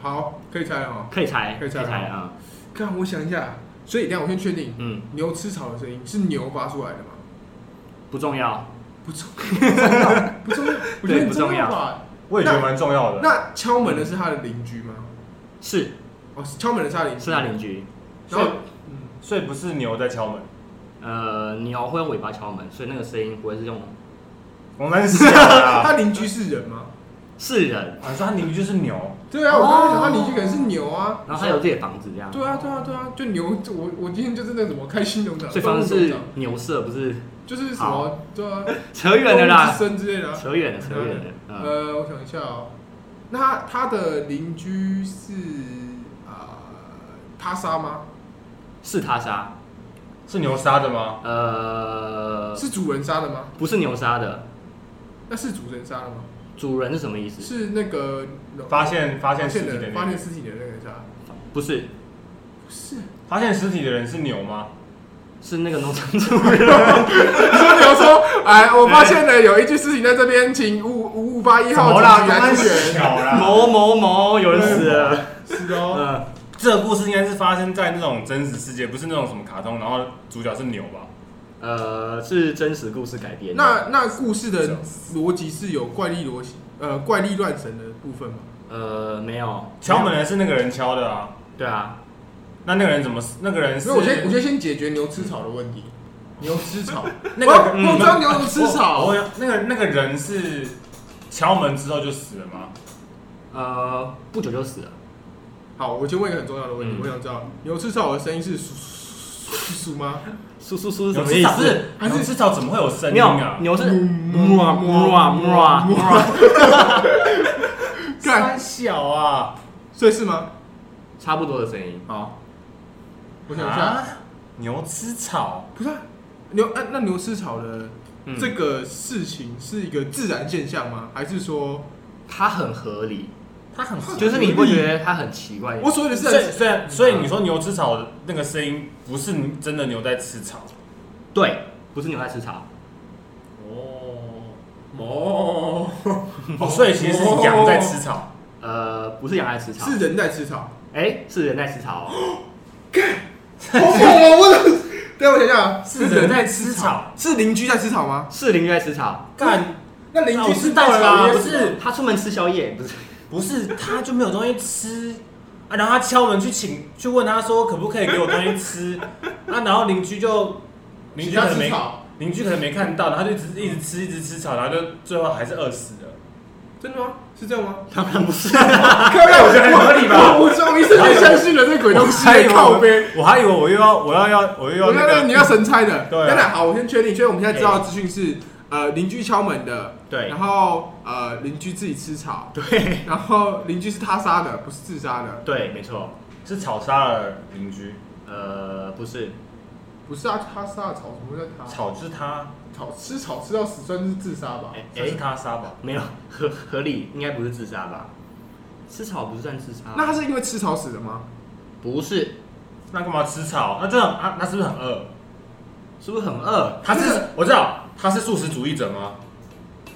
Speaker 2: 好，可以猜了哦。
Speaker 3: 可以猜，
Speaker 2: 可以猜
Speaker 3: 啊，
Speaker 2: 看，我想一下，所以等一下我先确定，
Speaker 3: 嗯，
Speaker 2: 牛吃草的声音是牛发出来的吗？
Speaker 3: 不重要，
Speaker 2: 不重要，不重要，我觉得
Speaker 3: 对
Speaker 2: 很
Speaker 3: 不重要
Speaker 2: 吧。
Speaker 1: 我也觉得蛮重要的。
Speaker 2: 那敲门的是他的邻居吗？
Speaker 3: 是
Speaker 2: 哦，是敲门的是他的邻居。
Speaker 3: 是他邻居。
Speaker 2: 然
Speaker 1: 所
Speaker 2: 后
Speaker 1: 以，所以不是牛在敲门，
Speaker 3: 呃，鸟会用尾巴敲门，所以那个声音不会是用
Speaker 1: 我们是 啊，
Speaker 2: 他邻居是人吗？
Speaker 3: 是人，
Speaker 1: 啊，说他邻居就是牛，
Speaker 2: 对啊，我刚刚想他邻居可能是牛啊。
Speaker 3: 然后他有自己的房子这样，
Speaker 2: 对啊，对啊，对啊，就牛，就我我今天就是那什么开心农场，
Speaker 3: 所以房
Speaker 2: 动物
Speaker 3: 子
Speaker 2: 农
Speaker 3: 是
Speaker 2: 场
Speaker 3: 牛舍，不是
Speaker 2: 就是什么
Speaker 3: 好，
Speaker 2: 对 啊，
Speaker 3: 扯远了啦，
Speaker 2: 生之类的啊。
Speaker 3: 扯远了，扯远了，嗯，
Speaker 2: 呃，我想一下哦，那他他的邻居是啊、他杀吗？
Speaker 3: 是他杀，
Speaker 1: 是牛杀的吗？
Speaker 3: 呃，
Speaker 2: 是主人杀的吗？
Speaker 3: 不是牛杀的，
Speaker 2: 那是主人杀的吗？
Speaker 3: 主人是什么意思？
Speaker 2: 是那个
Speaker 1: 发现发
Speaker 2: 发
Speaker 1: 现
Speaker 2: 现
Speaker 1: 尸体的
Speaker 2: 的发
Speaker 1: 人，
Speaker 2: 现尸体的那个人杀？
Speaker 3: 不是，
Speaker 2: 不是，
Speaker 1: 发现尸体的人是牛吗？
Speaker 3: 是那个农场主人，
Speaker 2: 你说牛说，哎，我发现了有一具尸体在这边，请五五五八
Speaker 1: 哎
Speaker 2: 一号警局来
Speaker 1: 关
Speaker 2: 支援。
Speaker 1: 小 啦。
Speaker 3: 某某某有人死了，
Speaker 2: 是哦，
Speaker 3: 嗯，
Speaker 1: 这个故事应该是发生在那种真实世界，不是那种什么卡通，然后主角是牛吧？
Speaker 3: 呃，是真实故事改编的，
Speaker 2: 那那故事的逻辑是有怪力逻辑，呃，怪力乱神的部分吗？
Speaker 3: 呃，没有，
Speaker 1: 敲门的是那个人敲的啊，
Speaker 3: 对啊，
Speaker 1: 那那个人怎么？那个人是
Speaker 2: 所以我先我先先解决牛吃草的问题。牛吃草，
Speaker 1: 那
Speaker 2: 我
Speaker 1: 个
Speaker 2: 我知道牛怎么吃
Speaker 1: 我
Speaker 2: 草，
Speaker 1: 我那个那个人是敲门之后就死了吗？
Speaker 3: 呃，不久就死了，
Speaker 2: 好，我先问一个很重要的问题，
Speaker 3: 嗯
Speaker 2: 我想知道牛吃草的声音是嗖嗖叔 吗？
Speaker 3: 苏苏苏是什
Speaker 1: 有
Speaker 3: 么意
Speaker 1: 吃草
Speaker 3: 思？
Speaker 1: 还是吃草怎么会有声音
Speaker 3: 牛
Speaker 1: 啊？
Speaker 3: 牛是
Speaker 2: 嗯
Speaker 3: 木啊木啊木啊 木啊，
Speaker 1: 三
Speaker 2: 干，
Speaker 1: 小啊！
Speaker 2: 所以是吗？
Speaker 3: 差不多的声音。
Speaker 1: 好，
Speaker 2: 我想一下，，
Speaker 1: 牛吃草，
Speaker 2: 不是啊牛，那那牛吃草的
Speaker 3: 嗯
Speaker 2: 这个事情是一个自然现象吗？还是说
Speaker 3: 它很合理，
Speaker 1: 它很
Speaker 3: 就是你不觉得它很奇怪？
Speaker 2: 我所谓的自
Speaker 1: 所以
Speaker 2: 然？
Speaker 1: 虽然所以你说牛吃草的那个声音不是真的牛在吃草
Speaker 3: 对，不是牛在吃草，
Speaker 1: 哦
Speaker 2: 哦，
Speaker 1: 哦，所以其实是羊在吃草，
Speaker 3: 呃，不是羊在吃草，
Speaker 2: 是人在 吃草。
Speaker 3: 哎，是人在吃 草哦。
Speaker 2: 好猛哦！我的，对，我想想啊，
Speaker 1: 是人在吃草，
Speaker 2: 是邻居在吃草吗？
Speaker 3: 是邻居在吃草，
Speaker 1: 干哦
Speaker 2: 那邻居
Speaker 1: 是
Speaker 2: 吃
Speaker 1: 蛋
Speaker 2: 到了
Speaker 1: 啦，
Speaker 2: 啦，
Speaker 1: 不是
Speaker 3: 他出门吃宵夜，不是
Speaker 1: 不是，他就没有东西吃啊，然后他敲门去请去问他说可不可以给我东西吃啊，然后邻居就邻居可能
Speaker 2: 请他吃
Speaker 1: 没
Speaker 2: 草
Speaker 1: 邻居可能没看到，然后他就一直一直吃一直吃草，然后就最后还是饿死了。
Speaker 2: 真的吗？是这 样吗？
Speaker 3: 当然不是。
Speaker 2: 看来我
Speaker 1: 啊觉得很合理吧
Speaker 2: 我我终 于是太相信了这鬼东西了，靠背。
Speaker 5: 我还以为我又要我要要我又要
Speaker 2: 我
Speaker 5: 那
Speaker 2: 那
Speaker 5: 个
Speaker 2: 你要神猜的。
Speaker 5: 对啊
Speaker 2: 当然好，我先确定，所以我们现在知道的资讯是，呃，邻居敲门的，
Speaker 3: 对
Speaker 2: 然后呃，邻居自己吃草，
Speaker 3: 对
Speaker 2: 然后邻居是他杀的，不是自杀的。
Speaker 3: 对，没错。
Speaker 5: 是草杀了邻居，
Speaker 3: 呃，不是，
Speaker 2: 不是啊，他杀的草，怎么会在他
Speaker 1: 草就是他，
Speaker 2: 草吃草吃到死算是自杀吧？
Speaker 3: 哎
Speaker 1: 才是
Speaker 3: 哎，
Speaker 1: 他杀吧？
Speaker 3: 没有合合理，应该不是自杀吧？吃草不算自杀，
Speaker 2: 那他是因为吃草死的吗？
Speaker 3: 不是？
Speaker 1: 那干嘛吃草？那这样啊，那是不是很饿？
Speaker 3: 是不是很饿？
Speaker 1: 他是我知道他是素食主义者吗？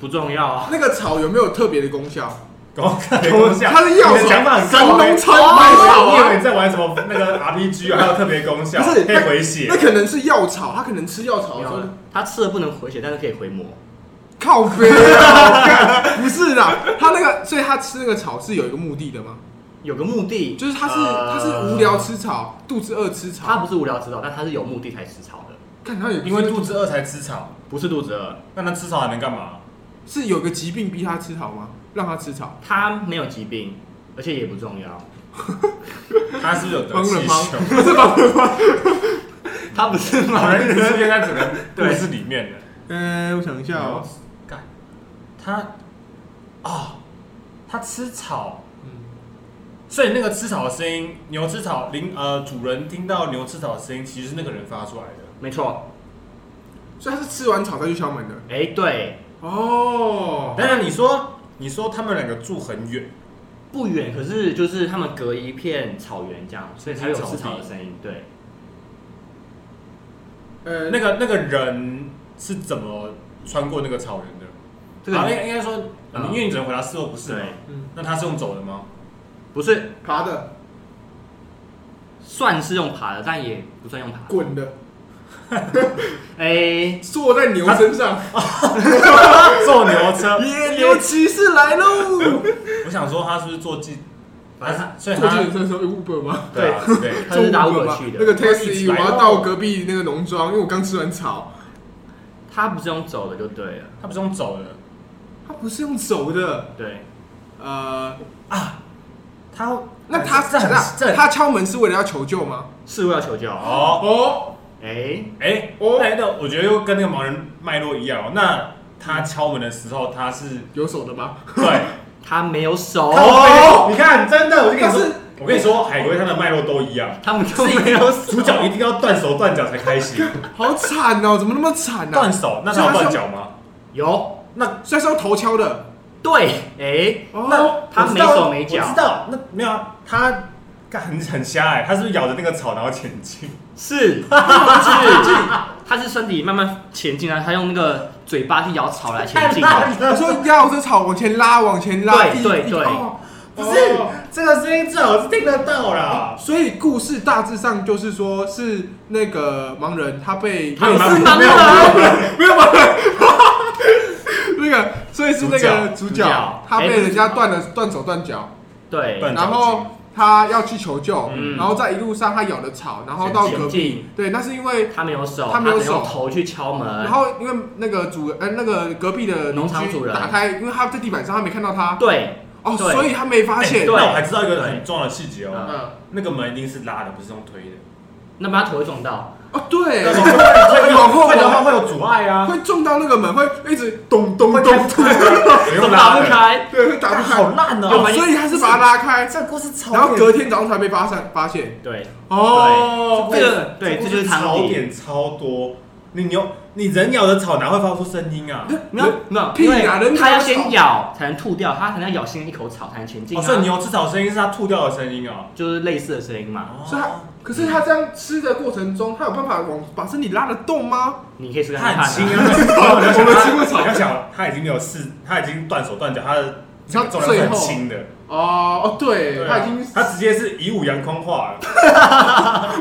Speaker 3: 不重要啊。
Speaker 2: 那个草有没有特别的功效？
Speaker 1: 跟我看
Speaker 2: 他的药
Speaker 1: 你的想法很
Speaker 2: 神
Speaker 1: 高欸
Speaker 2: 农尝
Speaker 1: 哦
Speaker 2: 百草
Speaker 1: 你以为
Speaker 2: 啊！
Speaker 1: 你在玩什么那个 RPG 啊？还有特别功效，
Speaker 2: 不是
Speaker 5: 可以回血
Speaker 2: 那，可能是药草，他可能吃药草哦的时
Speaker 3: 没有
Speaker 2: 候
Speaker 3: 啊他吃了不能回血，但是可以回魔。
Speaker 2: 靠背啊！干不是啦，他那个，所以他吃那个草是有一个目的的吗？
Speaker 3: 有个目的，
Speaker 2: 就是他是
Speaker 3: 呃
Speaker 2: 他是无聊，吃草，肚子饿吃
Speaker 3: 他
Speaker 2: 草，
Speaker 3: 不是无聊吃草，但他是有目的才吃草的，
Speaker 2: 看他也
Speaker 1: 因为肚子饿才吃草，
Speaker 3: 不是肚子饿。
Speaker 1: 那能吃草还能干嘛？
Speaker 2: 是有个疾病逼他吃草吗？让他吃草，
Speaker 3: 他没有疾病，而且也不重要。
Speaker 1: 他是不是有得
Speaker 2: 帮了
Speaker 1: 气
Speaker 2: 忙
Speaker 1: 球？
Speaker 3: 他不是
Speaker 1: 好
Speaker 3: 吗？
Speaker 1: 像一直出现在整个故事里面的。
Speaker 2: 嗯，我想一下哦，
Speaker 1: 干，他啊、他吃草，
Speaker 2: 嗯
Speaker 1: 所以那个吃草的声音，牛吃草，邻呃主人听到牛吃草的声音，其实是那个人发出来的。
Speaker 3: 没错。
Speaker 2: 所以他是吃完草再去敲门的
Speaker 3: 哎，对，
Speaker 2: 哦。
Speaker 1: 当然，你说你说他们两个住很远，
Speaker 3: 不远，可是就是他们隔一片草原这样，所以才有吃草的声音。对，
Speaker 2: 呃，
Speaker 1: 那个那个人是怎么穿过那个草原的？
Speaker 3: 这个
Speaker 1: 啊，
Speaker 3: 你
Speaker 1: 应该应该说，
Speaker 3: 嗯
Speaker 1: 因为你只能回答是或不是嘛
Speaker 3: 对。
Speaker 2: 嗯
Speaker 1: 那他是用走的吗？
Speaker 3: 不是
Speaker 2: 爬的、
Speaker 3: 算是用爬的，但也不算用爬的。
Speaker 2: 滚的，
Speaker 3: 哎，
Speaker 2: 坐在牛身上，
Speaker 1: 坐牛车。
Speaker 2: 野牛骑士来喽！
Speaker 1: 我想说他是不是坐计，
Speaker 3: 反正
Speaker 1: 他所以
Speaker 2: 坐
Speaker 1: 他
Speaker 2: 计程车的时候有 Uber 吗？
Speaker 1: 对啊对，
Speaker 3: 他是打
Speaker 2: Uber
Speaker 3: Uber
Speaker 2: 吗
Speaker 3: 去的
Speaker 2: 那个
Speaker 1: 他是
Speaker 2: taxi，
Speaker 1: 一直
Speaker 2: 我
Speaker 1: 来
Speaker 2: 要到隔壁那个农庄，因为我刚吃完草。
Speaker 3: 他不是用走的就对了。
Speaker 1: 他不是用走的，
Speaker 2: 他不是用走的，
Speaker 3: 对，
Speaker 2: 呃，
Speaker 1: 他哎
Speaker 2: 那他
Speaker 1: 这很这很
Speaker 2: 他敲门是为了要求救吗？
Speaker 3: 是为了求救。
Speaker 1: 哦。
Speaker 2: 哦，
Speaker 3: 哎，
Speaker 1: 哎、
Speaker 2: 哦
Speaker 1: 那那我觉得又跟那个盲人脉络一样、哦。那他敲门的时候，他是
Speaker 2: 有手的吗？
Speaker 1: 对，
Speaker 3: 他没有手，
Speaker 1: 哦，你看，真的，我就跟你
Speaker 2: 但
Speaker 1: 说
Speaker 2: 是，
Speaker 1: 我跟你说，海龟它的脉络都一样，
Speaker 3: 他们都没有手。
Speaker 1: 主角一定要断手断脚才开心。
Speaker 2: 好惨哦，怎么那么惨呢、
Speaker 1: 断
Speaker 2: 啊？
Speaker 1: 手，那他有断脚吗？
Speaker 3: 有
Speaker 1: 那
Speaker 2: 虽然是用头敲的，
Speaker 3: 对，哎，
Speaker 2: 哦，
Speaker 3: 他
Speaker 1: 我知
Speaker 3: 没
Speaker 1: 道
Speaker 3: 手没
Speaker 1: 我
Speaker 3: 脚
Speaker 1: 知，道，那没有啊，他干很很瞎哎、他是不是咬着那个草然后前进？
Speaker 3: 是是， 他是身体慢慢前进啊，他用那个嘴巴去咬草来前进的。
Speaker 2: 我说要这草往前拉，往前拉，
Speaker 3: 对
Speaker 2: 一
Speaker 3: 对
Speaker 2: 一
Speaker 3: 对
Speaker 2: 哦
Speaker 1: 不是
Speaker 2: 哦
Speaker 1: 这个声音最好是听得到啦。
Speaker 2: 所以故事大致上就是说，是那个盲人他被
Speaker 3: 他有
Speaker 2: 那
Speaker 3: 盲
Speaker 2: 个没有
Speaker 3: 人没有
Speaker 2: 盲人，没有盲人，那个所以是那个
Speaker 1: 主
Speaker 2: 主
Speaker 3: 角
Speaker 2: 角他被
Speaker 3: 哎
Speaker 2: 人家断了断手断脚，
Speaker 3: 对，
Speaker 1: 断脚
Speaker 2: 然后他要去求救，
Speaker 3: 嗯
Speaker 2: 然后在一路上他咬了草，然后到
Speaker 3: 前
Speaker 2: 隔壁
Speaker 3: 进，
Speaker 2: 对，那是因为。
Speaker 3: 他没有手，
Speaker 2: 他没有
Speaker 3: 只能用
Speaker 2: 手
Speaker 3: 头去敲门。
Speaker 2: 然后因为那个主呃那个隔壁的
Speaker 3: 哎农场
Speaker 2: 邻居
Speaker 3: 主人
Speaker 2: 打开，因为他在地板上，他没看到他
Speaker 3: 对，
Speaker 2: 哦，
Speaker 3: 对
Speaker 2: 所以他没发
Speaker 1: 哎
Speaker 2: 现。
Speaker 1: 那我还知道一个很重要的细节哦，
Speaker 2: 嗯
Speaker 1: 那个门一定是拉的，不是用推的。
Speaker 3: 那么他头会撞到，
Speaker 2: 哦，对，
Speaker 1: 那
Speaker 2: 会
Speaker 4: 会
Speaker 2: 往后
Speaker 4: 会的话
Speaker 2: 跑
Speaker 4: 会有阻碍啊，
Speaker 2: 会撞到那个门，会一直咚咚
Speaker 4: 会
Speaker 2: 咚
Speaker 4: 开
Speaker 2: 咚，
Speaker 1: 不
Speaker 3: 怎么
Speaker 1: 用
Speaker 3: 打
Speaker 1: 拉
Speaker 3: 不
Speaker 1: 的。
Speaker 3: 开？
Speaker 2: 对，会打
Speaker 4: 啊
Speaker 2: 不开。
Speaker 4: 好烂
Speaker 3: 有
Speaker 4: 哦。
Speaker 3: 门
Speaker 2: 所以他是把它拉开，
Speaker 4: 这个故事超
Speaker 2: 然后隔天早上才被发现发现。
Speaker 3: 对，
Speaker 2: 哦，
Speaker 3: 这个对，
Speaker 1: 故
Speaker 3: 这
Speaker 1: 事
Speaker 3: 就是汤
Speaker 1: 槽
Speaker 3: 底。
Speaker 1: 点超多。你牛，你人咬的草哪会发出声音啊？
Speaker 2: 哎
Speaker 3: 没有没有，
Speaker 2: 屁
Speaker 3: 因
Speaker 2: 啊人
Speaker 3: 为
Speaker 2: 家
Speaker 3: 它要
Speaker 2: 要
Speaker 3: 先
Speaker 2: 炒
Speaker 3: 咬才能吐掉，它才能咬新的一口草才能前进
Speaker 1: 哦，所以
Speaker 3: 啊，
Speaker 1: 牛吃草声音是它吐掉的声音哦。
Speaker 3: 就是类似的声音嘛。
Speaker 2: 是他，可是他这样吃的过程中，他有办法往把身体拉得动吗？
Speaker 3: 你可以试试
Speaker 1: 它很
Speaker 3: 看看
Speaker 1: 轻
Speaker 3: 啊。
Speaker 1: 啊， 我
Speaker 2: 哦们吃过草
Speaker 1: 你要想，它已经没有事，它已经断手断脚，它的
Speaker 2: 它
Speaker 1: 重量是
Speaker 2: 最
Speaker 1: 很
Speaker 2: 后
Speaker 1: 轻的。
Speaker 2: 哦哦，对，
Speaker 1: 对
Speaker 2: 他
Speaker 1: 啊
Speaker 2: 已经
Speaker 1: 它直接是以武扬空化了，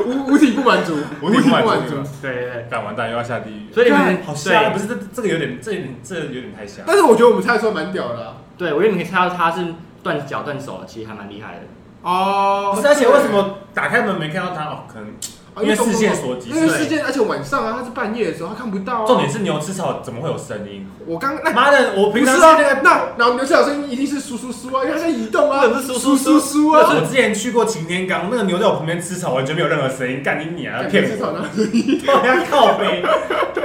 Speaker 2: 五五体不 满足，
Speaker 1: 五体不满足
Speaker 2: 足。
Speaker 3: 对对对，
Speaker 1: 干完蛋又要下地狱。
Speaker 3: 所以你
Speaker 2: 干
Speaker 3: 们
Speaker 1: 好瞎，
Speaker 3: 对
Speaker 1: 不是这这个有点，这有点这有点太瞎。
Speaker 2: 但是我觉得我们猜的时候蛮屌的啊。
Speaker 3: 对，我觉得你可以看到它是断脚断手的，其实还蛮厉害的。
Speaker 2: 哦
Speaker 1: 不是，而且为什么打开门没看到它？哦，可能
Speaker 2: 啊
Speaker 1: 因为视线所及
Speaker 2: 因为
Speaker 1: 对
Speaker 2: 视线，而且晚上啊，他是半夜的时候，他看不到啊。
Speaker 1: 重点是牛吃草怎么会有声音？
Speaker 2: 我刚那
Speaker 1: 妈的，我平
Speaker 2: 不是
Speaker 1: 常去
Speaker 2: 啊
Speaker 1: 那个，
Speaker 2: 那然后刘小声音一定是叔叔叔啊，因为他在移动啊，
Speaker 3: 那是叔叔
Speaker 2: 叔叔
Speaker 1: 那
Speaker 2: 啊。
Speaker 1: 我之前去过擎天岗，那个牛在我旁边吃草，完全没有任何声音，干你娘，骗
Speaker 2: 至少
Speaker 1: 我！
Speaker 2: 呢，
Speaker 1: 我要靠背。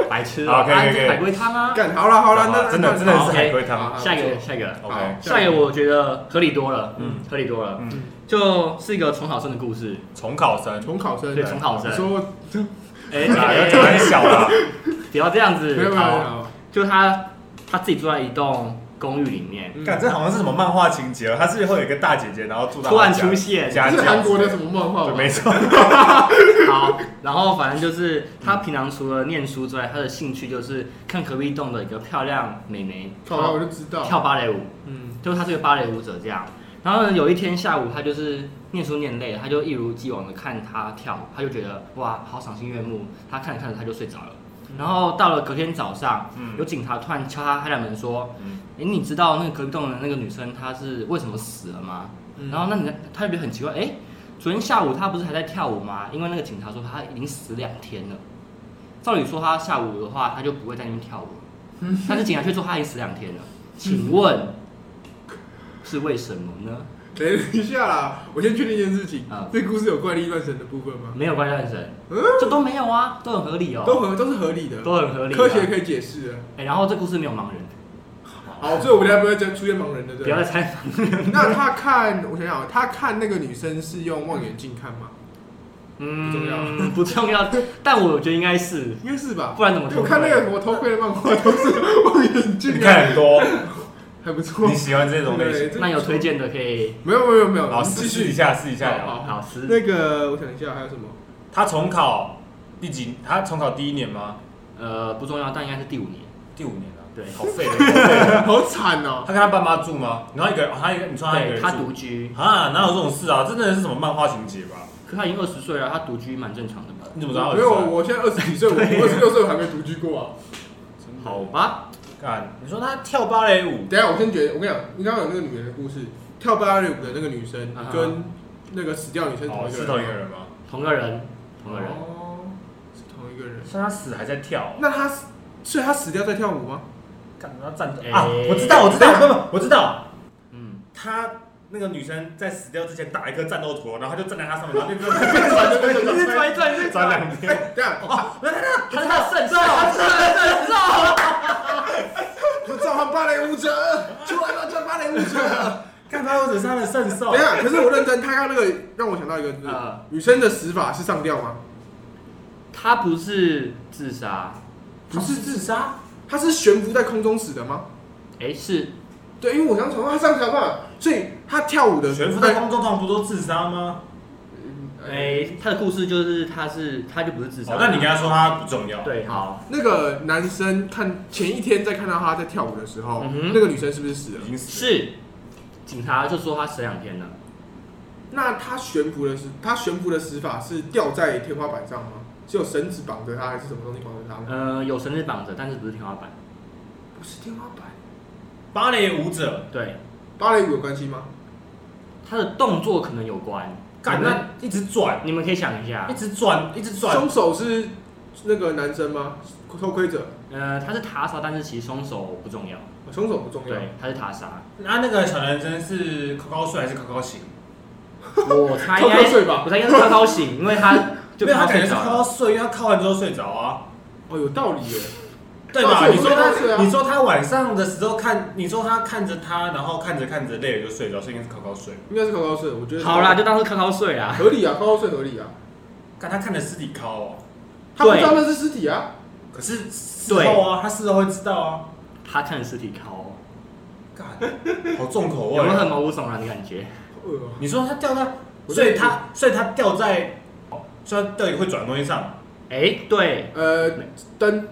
Speaker 3: 白痴
Speaker 1: 好
Speaker 3: 啊，
Speaker 1: 可以可以可以
Speaker 3: 海龟汤啊。
Speaker 2: 干好了好了，那
Speaker 1: 真的真的
Speaker 3: 好
Speaker 1: 是
Speaker 3: OK
Speaker 1: 海龟
Speaker 2: 好
Speaker 1: 汤。
Speaker 3: 下一
Speaker 2: 不
Speaker 3: 个，
Speaker 2: 错
Speaker 3: 下一个，
Speaker 2: 好
Speaker 1: OK，
Speaker 3: 下一个，我觉得合理多了，
Speaker 1: 嗯
Speaker 3: 嗯，合理多了，
Speaker 1: 嗯，
Speaker 3: 就是一个重考生的故事，
Speaker 1: 重考生，
Speaker 2: 重考生
Speaker 3: 对，重考生，
Speaker 2: 说
Speaker 3: 哎
Speaker 1: 哪个讲很小啦？
Speaker 3: 不要这样
Speaker 2: 没有
Speaker 3: 子，
Speaker 2: 没有没
Speaker 3: 好，
Speaker 2: 有，
Speaker 3: 就是他他自己住在一栋公寓里 面，
Speaker 2: 嗯
Speaker 1: 感这好像是什么漫画情节哦，他是会有一个大姐姐，然后住到
Speaker 3: 突然
Speaker 1: 她家
Speaker 3: 出现
Speaker 1: 家
Speaker 2: 这是
Speaker 1: 教
Speaker 2: 韩国的什么漫画
Speaker 1: 对，
Speaker 2: 吧？
Speaker 1: 没错，
Speaker 3: 好，然后反正就是他平常除了念书之外，他的兴趣就是看隔壁栋的一个漂亮美眉
Speaker 2: 好
Speaker 1: 哦
Speaker 2: 吧，我
Speaker 3: 跳
Speaker 2: 就知道。
Speaker 3: 跳芭蕾舞，
Speaker 2: 啊嗯，
Speaker 3: 就是他是个芭蕾舞者这样。然后呢，有一天下午，他就是念书念累了，他就一如既往的看她跳舞，他就觉得哇，好赏心悦目。他看着看着他就睡着了。然后到了隔天早上，有
Speaker 1: 嗯，
Speaker 3: 警察突然敲他他的门说
Speaker 1: 嗯：“
Speaker 3: 哎、你知道那个隔壁栋的那个女生她是为什么死了吗？”
Speaker 2: 嗯
Speaker 3: 然后那你他就觉得很奇怪，哎、昨天下午他不是还在跳舞吗？因为那个警察说他已经死两天了。照理说他下午的话，他就不会在那边 跳舞，但是警察却说他已经死两天了。请问是为什么呢？
Speaker 2: 等一下啦，我先确定一件事情
Speaker 3: 啊，
Speaker 2: 这故事有怪力乱神的部分吗？
Speaker 3: 没有怪诞神
Speaker 2: 嗯，
Speaker 3: 这都没有啊，都很合理哦，
Speaker 2: 都合都是合理的，
Speaker 3: 都很合理啊、
Speaker 2: 科学可以解释的。
Speaker 3: 哎、然后这故事没有盲人，
Speaker 2: 好，所以我们等一下不会再出现盲人的，
Speaker 3: 不要
Speaker 2: 对吧？
Speaker 3: 再猜。
Speaker 2: 那他看，我想想啊，他看那个女生是用望远镜看吗？
Speaker 3: 嗯，
Speaker 2: 不重要，
Speaker 3: 不重要。但我觉得应该是，
Speaker 2: 应该是吧。
Speaker 3: 不然怎么
Speaker 2: 因为
Speaker 3: 偷
Speaker 2: 我
Speaker 3: 窥
Speaker 2: 看那个我偷窥的漫画都是望远
Speaker 1: 你
Speaker 2: 镜啊，
Speaker 1: 看很多，
Speaker 2: 还不错
Speaker 1: 你。喜欢这种类型
Speaker 2: 对，这
Speaker 3: 那有推荐的可以，
Speaker 2: 没有没有没有，
Speaker 1: 好，
Speaker 2: 你
Speaker 1: 试试一。下，试一下
Speaker 2: 好
Speaker 1: 聊。
Speaker 3: 好吃。
Speaker 2: 那个我想一下还有什么？
Speaker 1: 他重考第几？他重考第一年吗？
Speaker 3: 呃，不重要，但应该是第五年。
Speaker 1: 第五年啊，
Speaker 3: 对
Speaker 1: 好废的。好废的
Speaker 2: 好惨哦！
Speaker 1: 他跟他爸妈住吗？然后一个人，哦他一个，你说他一个
Speaker 3: 对
Speaker 1: 人
Speaker 3: 他
Speaker 1: 住
Speaker 3: 独居，
Speaker 1: 啊？哪有这种事啊？真的是什么漫画情节吧？
Speaker 3: 可他已经二十岁了，他独居蛮正常的吧？
Speaker 1: 你怎么知道他啊
Speaker 2: 没
Speaker 1: 二十
Speaker 2: 有，
Speaker 1: 岁？
Speaker 2: 我现在二十 几岁，我二十六岁我还没独居过啊。
Speaker 3: 好吧，
Speaker 1: 看，你说他跳芭蕾舞，
Speaker 2: 等一下，我先觉得，我跟你讲，你刚刚有那个女人的故事，跳芭蕾舞的那个女生
Speaker 3: 啊哈
Speaker 2: 跟那个死掉女生同
Speaker 1: 哦，
Speaker 2: 一个
Speaker 1: 是
Speaker 2: 人，
Speaker 1: 同一个人吗？
Speaker 3: 同个人，同个人，
Speaker 2: 哦，是同一个人。
Speaker 1: 像他死还在跳，
Speaker 2: 那她死，所以她死掉在跳舞吗？
Speaker 1: 干他站着
Speaker 3: 哎
Speaker 1: 啊！我知道，我知道，不不，我知道，
Speaker 3: 嗯，
Speaker 1: 他那个女生在死掉之前打一颗战斗陀，然后他就站在他上面，然后就
Speaker 3: 转一转，
Speaker 1: 转两天。
Speaker 2: 哎，这样，
Speaker 3: 他是他圣兽，他是圣兽，
Speaker 2: 我召唤芭蕾舞者出来了，叫芭蕾舞
Speaker 1: 哦
Speaker 2: 者。
Speaker 1: 干他或者是他的圣兽
Speaker 2: 等一，下，可是我认真，她刚刚那个让我想到一个字
Speaker 3: 啊，
Speaker 2: 女生的死法是上吊吗？
Speaker 3: 他不是自杀，
Speaker 2: 不是自
Speaker 1: 杀，
Speaker 2: 她是悬浮在空中死的吗？
Speaker 3: 哎，是
Speaker 2: 对，因为我刚刚说她上吊嘛，所以她跳舞的
Speaker 1: 悬浮在空中，通常不都自杀吗？
Speaker 2: 嗯哎，
Speaker 3: 哎，他的故事就是他是他就不是自杀
Speaker 1: 哦，，那你跟他说他不重要，
Speaker 3: 对好，
Speaker 2: 那个男生看前一天在看到她在跳舞的时候
Speaker 3: 嗯，哼
Speaker 2: 那个女生是不是死了
Speaker 1: 已？经死了。
Speaker 3: 是警察就说他死两天了，
Speaker 2: 那他悬浮的是他悬浮的死法是吊在天花板上吗？是有绳子绑着他，还是什么东西绑着他吗？
Speaker 3: 呃，有绳子绑着，但是不是天花板，
Speaker 2: 不是天花板，
Speaker 1: 芭蕾舞者，
Speaker 3: 对，
Speaker 2: 芭蕾舞有关系吗？
Speaker 3: 他的动作可能有关，
Speaker 1: 干
Speaker 3: 你们
Speaker 1: 那一直转，
Speaker 3: 你们可以想一下
Speaker 1: 一，直转，一直转，
Speaker 2: 凶手是那个男生吗？偷窥者，
Speaker 3: 呃，他是他杀，但是其实凶手不重要，
Speaker 2: 凶手不重要。
Speaker 3: 对，他是他杀。
Speaker 1: 啊那那个小男生是高高帅还是高高型？
Speaker 3: 我猜应该
Speaker 2: 偷偷睡吧
Speaker 3: 我猜应该是高高醒，因为他就
Speaker 1: 没有，他
Speaker 3: 靠
Speaker 1: 感觉是
Speaker 3: 睡着
Speaker 1: 靠到
Speaker 3: 了。
Speaker 1: 睡，因为他靠完之后睡着啊，
Speaker 2: 哦，有道理耶。
Speaker 1: 对
Speaker 2: 啊
Speaker 1: 吧？
Speaker 2: 这
Speaker 1: 你
Speaker 2: 我
Speaker 1: 说
Speaker 2: 没看睡啊
Speaker 1: 他，你说他晚上的时候看，你说他看着他，然后看着看着累了就睡着，所以应该是靠靠睡。
Speaker 2: 应该是高高睡，我觉得
Speaker 3: 好啦，就当是靠靠睡啦。
Speaker 2: 合理啊，高高睡合理啊。
Speaker 1: 看他看着尸体靠哦，
Speaker 2: 他不知道那是尸体啊，
Speaker 1: 可是事后啊，他事后会知道啊。
Speaker 3: 他看尸体靠哦，
Speaker 1: 干，好重口味
Speaker 3: 有没有
Speaker 1: 哦。
Speaker 3: 很毛骨悚然的感觉？
Speaker 2: 呃，
Speaker 1: 你说他掉在，
Speaker 2: 我
Speaker 1: 所以
Speaker 2: 就
Speaker 1: 他所以他掉在，所以他掉也会转的东西上，
Speaker 3: 哎，对，
Speaker 2: 呃，灯、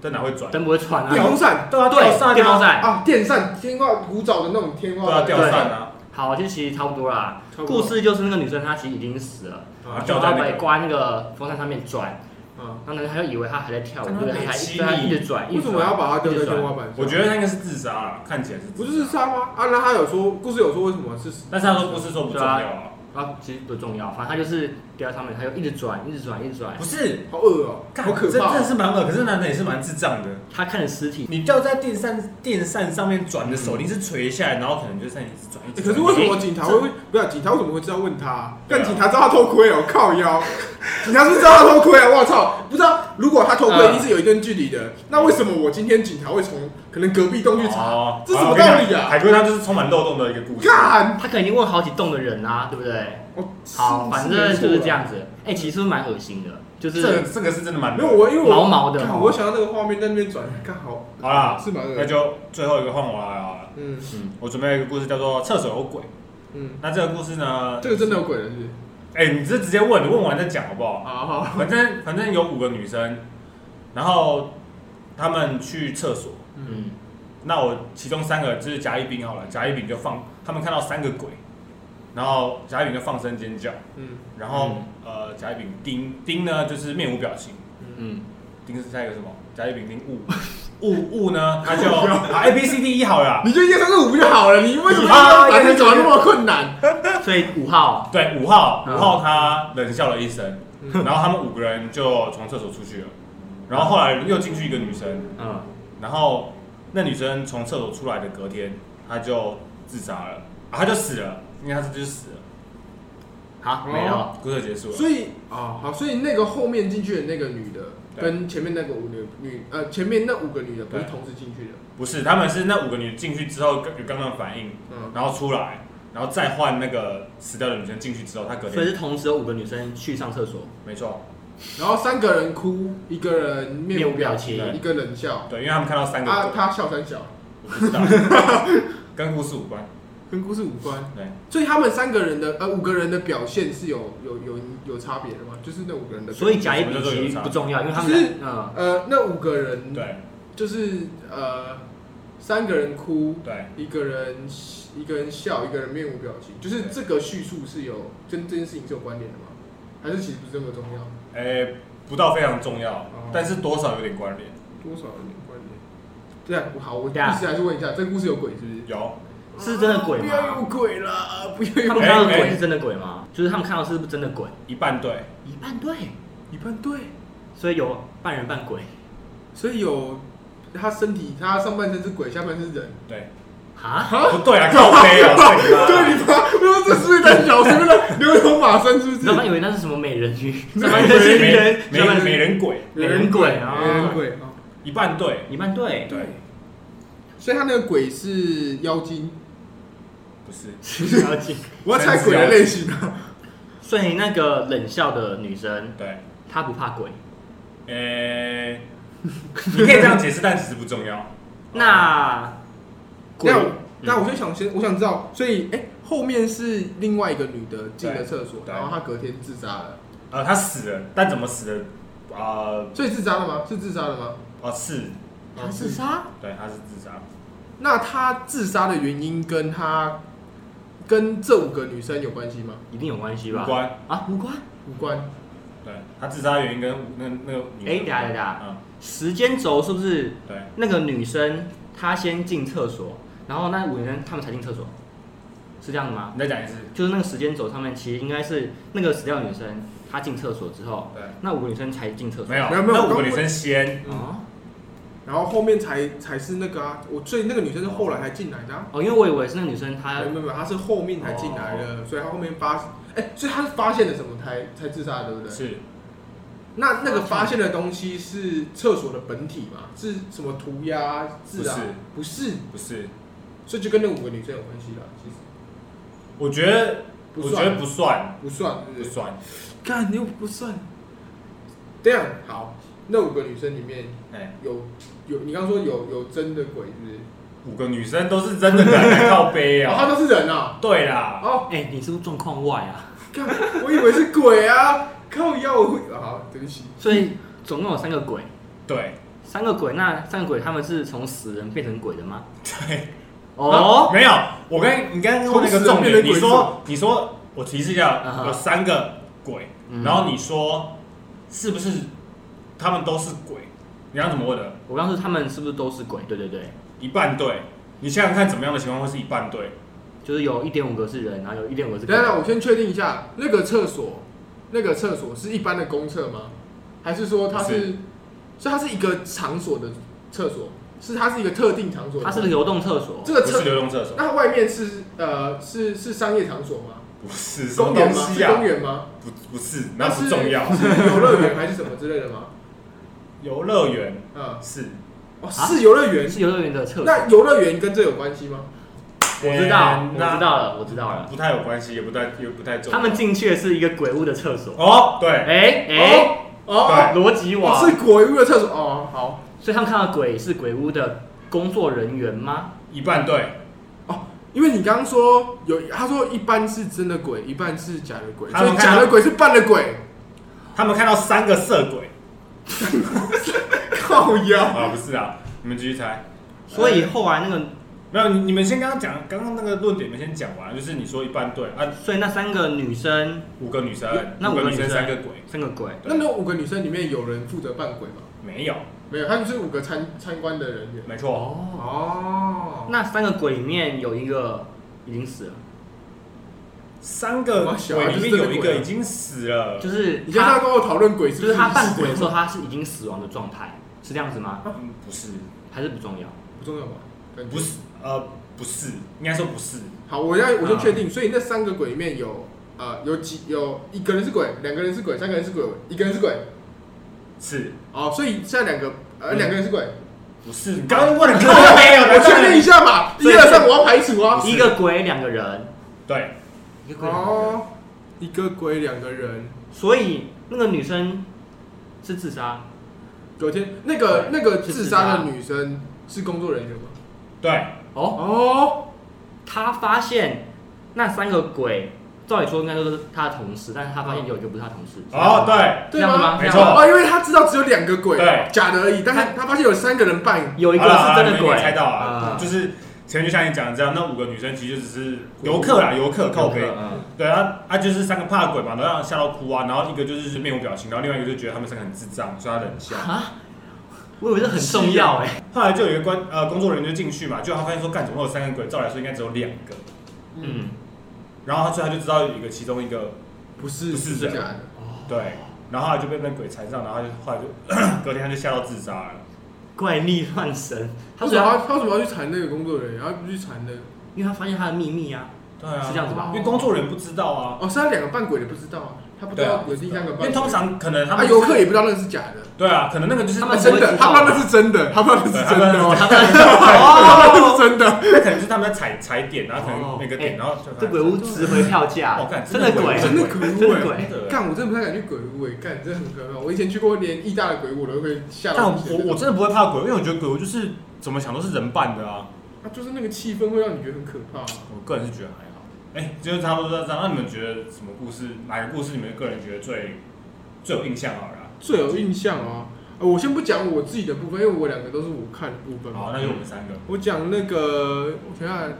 Speaker 1: 在哪会转？
Speaker 3: 灯不会穿
Speaker 2: 电
Speaker 3: 啊。
Speaker 2: 风扇
Speaker 1: 对啊，掉散
Speaker 3: 对，
Speaker 1: 啊
Speaker 3: 电风扇。
Speaker 2: 啊，电扇、天挂古早的那种天
Speaker 1: 对
Speaker 2: 挂
Speaker 1: 啊，掉
Speaker 2: 扇，
Speaker 1: 散啊，
Speaker 3: 好，就其实差不多啦。
Speaker 2: 差不多
Speaker 3: 故事就是那个女生她其实已经死了，
Speaker 1: 啊
Speaker 3: 然
Speaker 1: 掉
Speaker 3: 后她
Speaker 1: 在那
Speaker 3: 被
Speaker 1: 个。
Speaker 3: 挂在那个风扇上面转，
Speaker 2: 啊，
Speaker 3: 然后呢，她就以为她还在跳舞，
Speaker 1: 干
Speaker 3: 对，
Speaker 1: 她
Speaker 3: 她还
Speaker 1: 北七
Speaker 3: 对她
Speaker 1: 你
Speaker 3: 一直转，一
Speaker 2: 为
Speaker 3: 直
Speaker 2: 什
Speaker 3: 转
Speaker 2: 么要把它丢在天花板上？
Speaker 1: 我觉得他应该是自杀啦，看起来是
Speaker 2: 不是
Speaker 1: 自
Speaker 2: 自
Speaker 1: 杀，
Speaker 2: 杀吗？啊，那他有说故事有说为什么是
Speaker 1: 但是他说不是说不重要啊，
Speaker 3: 啊，其实不重要，反正她就是掉在上面，她就一直转，一直转，一直转
Speaker 1: 不。是，
Speaker 2: 好恶哦，
Speaker 1: 干
Speaker 2: 啊好可
Speaker 1: 这真
Speaker 2: 怕
Speaker 1: 的
Speaker 2: 哦。
Speaker 1: 是蛮恶，可是男的也是蛮智障的。
Speaker 3: 她看着尸体，
Speaker 1: 你掉在电扇电扇上面转的手，你是垂下来，然后可能就在你转一直
Speaker 2: 欸
Speaker 1: 转。
Speaker 2: 可是为什么警察会不是警察为什么会知道问他啊？
Speaker 1: 对啊
Speaker 2: 但警察知道他偷窥哦，靠腰，警察是知道他偷窥啊！我操，不知道如果他偷窥
Speaker 3: 嗯
Speaker 2: 一定是有一段距离的，那为什么我今天警察会从可能隔壁栋去查
Speaker 1: 哦？
Speaker 2: 这什么道理
Speaker 1: 好
Speaker 2: 啊？
Speaker 1: 海龟汤就是充满漏洞的一个故事。
Speaker 2: 干！
Speaker 3: 她可能已经问好几栋的人啦，对不对？
Speaker 2: 哦
Speaker 3: 好，反
Speaker 2: 啊
Speaker 3: 正就是这。
Speaker 2: 是
Speaker 3: 样子。哎，其实是蛮恶心的，就
Speaker 1: 这个
Speaker 3: 是
Speaker 1: 这个是真的蛮
Speaker 2: 没错啦没有我，因为我
Speaker 3: 毛毛的
Speaker 2: 干我想到那个画面在那边转，刚好
Speaker 1: 好啦，
Speaker 2: 是蛮恶
Speaker 1: 那
Speaker 2: 心。
Speaker 1: 就最后一个换我来啊。
Speaker 2: 嗯
Speaker 1: 嗯，我准备了一个故事叫做《厕所有鬼》。
Speaker 2: 嗯，
Speaker 1: 那这个故事呢？
Speaker 2: 这个真的有鬼了是不是？
Speaker 1: 哎、你这直接问，你问完再讲好不好？
Speaker 2: 好好，
Speaker 1: 反正反正有五个女生，然后她们去厕所，
Speaker 3: 嗯，
Speaker 1: 那我其中三个就是甲乙丙好了，甲乙丙就放，他们看到三个鬼，然后甲乙丙就放声尖叫，
Speaker 2: 嗯
Speaker 1: 然后、呃甲乙丙丁丁呢就是面无表情，
Speaker 3: 嗯，
Speaker 1: 丁是下一个什么？甲乙丙丁 戊戊戊呢他就啊 A B C D E 好了啦，
Speaker 2: 你就一二三四五就好了，你为什么
Speaker 1: 啊
Speaker 2: 要把它找那么困难？
Speaker 3: 所以五号
Speaker 1: 对五号
Speaker 3: 嗯
Speaker 1: 五号他冷笑了一声，
Speaker 2: 嗯
Speaker 1: 然后他们五个人就从厕所出去了，然后后来又进去一个女生，
Speaker 3: 嗯，
Speaker 1: 然后那女生从厕所出来的隔天，她就自杀了，啊，她就死了，因为她就是死了。哦
Speaker 3: 好，没有，
Speaker 1: 故事结束了。
Speaker 2: 所以啊，好，所以那个后面进去的那个女的，
Speaker 1: 对
Speaker 2: 跟前面那个五女女呃，前面那五个女的不是
Speaker 1: 对
Speaker 2: 同时进去的，
Speaker 1: 不是，他们是那五个女进去之后有刚刚反应，
Speaker 2: 嗯，
Speaker 1: 然后出来，然后再换那个死掉的女生进去之后，她隔
Speaker 3: 所
Speaker 1: 天
Speaker 3: 以是同时有五个女生去上厕所，
Speaker 1: 没错，
Speaker 2: 然后三个人哭，一个人面无表情
Speaker 1: 面无表，情
Speaker 2: 一个人笑，
Speaker 1: 对，因为他们看到三个鬼，
Speaker 2: 啊，他笑三笑，
Speaker 1: 我不知道， 跟故事无关。
Speaker 2: 跟故事无关，
Speaker 1: 对，
Speaker 2: 所以他们三个人的呃五个人的表现是有有有有差别的吗？就是那五个人的表现，
Speaker 3: 所以甲乙丙其实不重要，因为他们
Speaker 2: 就是
Speaker 3: 嗯
Speaker 2: 呃那五个人
Speaker 1: 对
Speaker 2: 就是呃三个人哭，
Speaker 1: 对，
Speaker 2: 一个人一个人笑，一个人面无表情，就是
Speaker 1: 对
Speaker 2: 这个叙述是有跟这件事情是有关联的吗？还是其实不是这么重要？
Speaker 1: 诶，不到非常重要
Speaker 2: 哦，
Speaker 1: 但是多少有点关联。
Speaker 2: 多少有点关联？对啊，我好，我意思
Speaker 3: 对啊
Speaker 2: 还是问一下，这个故事有鬼是不是？
Speaker 1: 有，
Speaker 3: 是真的鬼
Speaker 2: 啊
Speaker 3: 吗
Speaker 2: 不要有鬼啦！不要
Speaker 3: 他
Speaker 2: 有鬼
Speaker 3: 们看到的
Speaker 1: 哎
Speaker 3: 鬼
Speaker 1: 哎
Speaker 3: 是真的鬼吗？就是他们看到是不是真的鬼？
Speaker 1: 一半对，
Speaker 3: 一半对，
Speaker 2: 一半对，
Speaker 3: 所以有半人半鬼
Speaker 2: 所以有他身体，他上半身是鬼，下半身是人。
Speaker 1: 对，
Speaker 3: 啊，
Speaker 1: 不对啊，靠背啊，
Speaker 2: 对，
Speaker 1: 对
Speaker 2: 你妈！我说这是不是在聊什么了？牛头马身是不
Speaker 3: 你知道吗？
Speaker 2: 是？
Speaker 3: 以为那是什么美人鱼，
Speaker 1: 你
Speaker 3: 上
Speaker 1: 妈
Speaker 3: 半身是
Speaker 1: 美
Speaker 3: 鱼人，
Speaker 1: 美
Speaker 3: 下半
Speaker 1: 美
Speaker 3: 身
Speaker 1: 美人鬼，
Speaker 3: 美人鬼啊，
Speaker 2: 美人鬼啊！
Speaker 1: 一半对，
Speaker 3: 一半 对，
Speaker 1: 对，
Speaker 2: 所以他那个鬼是妖精，
Speaker 1: 不是，
Speaker 3: 了解。
Speaker 2: 我要猜鬼的类型啊。
Speaker 3: 所以那个冷笑的女生，
Speaker 1: 对，
Speaker 3: 她不怕鬼，
Speaker 1: 哦诶，你可以这样解释，但其实不重要。
Speaker 3: 那鬼嗯
Speaker 2: 那
Speaker 1: 哦
Speaker 2: 我那我就想先，我想知道，所以哎、后面是另外一个女的进了厕所，
Speaker 1: 对对
Speaker 2: 然后她隔天自杀了，
Speaker 1: 呃，他死了，但怎么死的？啊、
Speaker 2: 所以自杀了吗？是自杀了吗？
Speaker 1: 呃，哦，是，
Speaker 3: 她自杀，
Speaker 1: 对，他是自杀。
Speaker 2: 那她自杀的原因跟她跟这五个女生有关系吗？
Speaker 3: 一定有关系吧？
Speaker 1: 无关，
Speaker 3: 啊，无关。
Speaker 2: 无关。
Speaker 1: 对他自杀的原因跟那那个女生
Speaker 3: 哎，等一下等一下，
Speaker 1: 嗯，
Speaker 3: 时间轴是不是
Speaker 1: 对，
Speaker 3: 那个女生她先进厕所，然后那五个人他们才进厕所，是这样的吗？
Speaker 1: 你再讲一次，
Speaker 3: 就是那个时间轴上面，其实应该是那个死掉的女生她进厕所之后，
Speaker 1: 对，
Speaker 3: 那五个女生才进厕所。
Speaker 1: 没嗯有，
Speaker 2: 没有没有
Speaker 1: 那五
Speaker 2: 我
Speaker 1: 个
Speaker 2: 刚
Speaker 1: 女生先，
Speaker 3: 哦
Speaker 2: 然后后面才才是那个啊，我所以那个女生是后来才进来的、啊。
Speaker 3: 哦，因为我以为是那个女生她
Speaker 2: 没有没有，她是哦后面才进来的，所以她后面发，哎、所以她是发现了什么才才自杀的，对不对？
Speaker 1: 是
Speaker 2: 那那个发现的东西是厕所的本体嘛？是什么涂鸦、字啊？不是，
Speaker 1: 不是，
Speaker 2: 所以就跟那五个女生有关系啦。其实
Speaker 1: 我觉得
Speaker 2: 不
Speaker 1: 我觉得
Speaker 2: 算，
Speaker 1: 不算，
Speaker 2: 不算，
Speaker 1: 不
Speaker 2: 对不对？
Speaker 1: 算，
Speaker 2: 干，你又不算。这样好，那五个女生里面
Speaker 1: 哎，
Speaker 2: 有有，你刚刚说有有真的鬼是不是？
Speaker 1: 五个女生都是真的在靠背
Speaker 2: 哦，他
Speaker 1: 啊。
Speaker 2: 都是人啊！
Speaker 1: 对啦，
Speaker 2: 哦，
Speaker 3: 哎、你是不是状况外啊？
Speaker 2: 看，我以为是鬼啊！靠腰，我会好，对不起。
Speaker 3: 所以总共有三个鬼，
Speaker 1: 对，
Speaker 3: 三个鬼，那三个鬼他们是从死人变成鬼的吗？
Speaker 1: 对，
Speaker 3: 哦，
Speaker 1: 没有，我跟你刚刚问那个重
Speaker 2: 从此变
Speaker 1: 点，
Speaker 2: 成
Speaker 1: 你
Speaker 2: 鬼子
Speaker 1: 说你说，我提示一
Speaker 3: 啊
Speaker 1: 下，
Speaker 3: 哈
Speaker 1: 有三个鬼，
Speaker 3: 嗯
Speaker 1: 然后你说是不是他们都是鬼？你要怎么问的？
Speaker 3: 我刚说他们是不是都是鬼？对对对，
Speaker 1: 一半对，你想想看怎么样的情况会是一半对？
Speaker 3: 就是有一点五个是人，然后有一点五个是鬼
Speaker 2: 等一。下，我先确定一下，那个厕所，那个厕所是一般的公厕吗？还是说它是，
Speaker 1: 不
Speaker 2: 所以它是一个场所的厕所，是它是一个特定场所的
Speaker 3: 它
Speaker 2: 吗？
Speaker 3: 是个流动厕所，
Speaker 2: 这个啊
Speaker 1: 不是
Speaker 2: 厕，
Speaker 1: 流动厕所，
Speaker 2: 那它外面是呃是是商业场所吗？
Speaker 1: 不是什么
Speaker 2: 公
Speaker 1: 东
Speaker 2: 园吗？
Speaker 1: 西
Speaker 2: 是
Speaker 1: 啊
Speaker 2: 公？园吗？
Speaker 1: 不不是，那
Speaker 2: 它
Speaker 1: 不
Speaker 2: 是
Speaker 1: 重要。
Speaker 2: 是游乐园还是什么之类的吗？
Speaker 1: 游乐园
Speaker 2: 啊，
Speaker 1: 是，
Speaker 2: 哦，
Speaker 3: 啊
Speaker 2: 是游乐园。
Speaker 3: 是游乐园的厕所。
Speaker 2: 那游乐园跟这有关系吗？
Speaker 3: 我知道，
Speaker 1: 嗯
Speaker 3: 我
Speaker 1: 那
Speaker 3: 知道了，我知道了。
Speaker 1: 不太有关系，也不太也不太重要。
Speaker 3: 他们进去的是一个鬼屋的厕所。
Speaker 1: 哦，对，
Speaker 3: 哎哎，
Speaker 2: 哦，
Speaker 3: 逻辑
Speaker 2: 哦
Speaker 3: 网，
Speaker 2: 是鬼屋的厕所哦，好。
Speaker 3: 所以他们看到鬼是鬼屋的工作人员吗？
Speaker 1: 一半对，
Speaker 2: 因为你刚刚说有，他说一半是真的鬼，一半是假的鬼，
Speaker 1: 他
Speaker 2: 所
Speaker 1: 们
Speaker 2: 以
Speaker 1: 看到
Speaker 2: 假的鬼是扮的鬼，
Speaker 1: 他们看到三个色鬼
Speaker 2: 靠腰。
Speaker 1: 啊，不是啊，你们继续猜。
Speaker 2: 呃
Speaker 3: 所以后来那个，
Speaker 1: 没有，你你们先刚刚讲，刚刚那个论点，你们先讲完，就是你说一半对啊，
Speaker 3: 所以那三个女生，
Speaker 1: 五个女生，
Speaker 3: 那
Speaker 1: 五
Speaker 3: 五
Speaker 1: 个
Speaker 3: 个
Speaker 1: 女
Speaker 3: 女
Speaker 1: 生
Speaker 3: 生
Speaker 1: 三个鬼，
Speaker 3: 三个鬼，
Speaker 2: 那那五个女生里面有人负责扮鬼吗？
Speaker 1: 没有，
Speaker 2: 没有，他们是五个参参观的人员。
Speaker 1: 没错，
Speaker 2: 哦，
Speaker 3: 那三个鬼里面有一个已经死了，
Speaker 1: 三个
Speaker 2: 哇小孩
Speaker 1: 鬼里
Speaker 2: 就
Speaker 1: 面
Speaker 2: 是真的
Speaker 1: 有一
Speaker 2: 鬼
Speaker 1: 个
Speaker 2: 啊
Speaker 1: 已经死了，
Speaker 3: 就是
Speaker 2: 你现在
Speaker 3: 他，
Speaker 2: 跟我讨论鬼是
Speaker 3: 就
Speaker 2: 不是
Speaker 3: 是他扮鬼的时候，他是已经死亡的状态，是这样子吗？
Speaker 1: 嗯，不是，
Speaker 3: 还是不重要？
Speaker 2: 不重要吧？感觉
Speaker 1: 不。是，呃，不是，应该说不是，
Speaker 2: 好，我要我就
Speaker 3: 啊
Speaker 2: 确定，所以那三个鬼里面有呃有几有一个人是鬼，两个人是鬼，三个人是鬼，一个人是鬼。
Speaker 1: 是
Speaker 2: 哦，所以现在两个呃两个人是鬼，
Speaker 1: 不是？你刚刚 问了你看没有？
Speaker 2: 我确定一下嘛，一
Speaker 3: 所以
Speaker 2: 二三我要排除啊。
Speaker 1: 哦
Speaker 3: 一个鬼两个人，
Speaker 1: 对，
Speaker 3: 一个鬼两个人，
Speaker 2: 哦，一个鬼两个人。
Speaker 3: 所以那个女生是自杀，
Speaker 2: 隔天那个那个
Speaker 3: 是
Speaker 2: 自
Speaker 3: 自
Speaker 2: 杀
Speaker 3: 杀
Speaker 2: 的女生是工作人员吗？
Speaker 1: 对，
Speaker 3: 哦，
Speaker 2: 哦，
Speaker 3: 他发现那三个鬼，照理说应该都是他的同事，但是他发现有一个不是他同事。
Speaker 1: 哦，对，
Speaker 3: 这样吗？
Speaker 1: 没
Speaker 3: 这样
Speaker 1: 错
Speaker 3: 吗
Speaker 2: 哦，因为他知道只有两个鬼，
Speaker 1: 对
Speaker 2: 假的而已，但是他发现有三个人扮，
Speaker 3: 有一个是真的
Speaker 1: 好啦好啦你
Speaker 3: 鬼，
Speaker 1: 们猜到
Speaker 3: 啊
Speaker 1: 啊，就是前面就像你讲的这样，那五个女生其实就只是游客啦，游客靠背，
Speaker 3: 嗯
Speaker 1: 对啊，啊就是三个怕鬼嘛，然后让她吓到哭啊，然后一个就是面无表情，然后另外一个就觉得他们三个很智障，所以他冷笑。
Speaker 3: 啊，我以为这很重要哎、
Speaker 1: 后来就有一个关呃工作人员就进去嘛，就他发现说干怎么会有三个鬼，照理来说应该只有两个，
Speaker 3: 嗯，
Speaker 1: 然后他所以他就知道有一个其中一个
Speaker 2: 不是
Speaker 1: 不是
Speaker 2: 假
Speaker 1: 人
Speaker 2: 的，
Speaker 1: 对，然后后来就被那鬼缠上，然后他就后来就 隔天他就吓到自杀了。
Speaker 3: 怪力乱神，
Speaker 2: 他
Speaker 3: 他主
Speaker 2: 说
Speaker 3: 要
Speaker 1: 啊
Speaker 2: 他他为什么要去缠那个工作人员，然后不去缠那个？
Speaker 3: 因为他发现他的秘密 啊，
Speaker 1: 对啊，
Speaker 3: 是这样子吧
Speaker 1: 因为工作人员不知道啊，
Speaker 2: 哦，是他两个扮鬼的不知道啊，他不知
Speaker 1: 对
Speaker 2: 道
Speaker 1: 啊
Speaker 2: 有第三
Speaker 3: 哦
Speaker 1: 因
Speaker 2: 个扮鬼，
Speaker 1: 为通常可能他
Speaker 2: 啊
Speaker 1: 们
Speaker 2: 游客也不知道那是假的，哦
Speaker 1: 对啊，可能那个就是
Speaker 3: 他们
Speaker 2: 真的，
Speaker 3: 不会知道
Speaker 2: 他不知道那是真
Speaker 1: 啊
Speaker 2: 的，他不知道那是真的哦，
Speaker 3: 他在
Speaker 2: 他不知
Speaker 3: 哦，
Speaker 2: 道那是真的，
Speaker 1: 那可能就是他们在踩踩点，然后可能
Speaker 3: 哦
Speaker 1: 每个点，
Speaker 3: 哎
Speaker 1: 然后就
Speaker 3: 这鬼屋值回票价
Speaker 1: 哦干，
Speaker 3: 真的鬼，
Speaker 1: 真
Speaker 2: 真的
Speaker 1: 的欸
Speaker 2: 鬼
Speaker 3: 真
Speaker 2: 屋
Speaker 3: 的
Speaker 2: 哎。
Speaker 3: 鬼，
Speaker 1: 对
Speaker 2: 干，我真的不太敢去鬼屋哎，干，真的很可怕。我以前去过连意大的鬼屋我都会吓
Speaker 1: 但
Speaker 2: 到
Speaker 1: 我
Speaker 2: 不行。
Speaker 1: 我我真的不会怕鬼，因为我觉得鬼屋就是怎么想都是人扮的啊。
Speaker 2: 啊，就是那个气氛会让你觉得很可怕、啊
Speaker 1: 我个人是觉得还好。哎、就是差不多这样。那你们觉得什么故事？哪个故事你们个人觉得最最有印象好了啊？
Speaker 2: 最有印象啊，呃我先不讲我自己的部分，因为我两个都是我看的部分嘛。
Speaker 1: 好，那就我们三个。
Speaker 2: 我讲那个，我想想，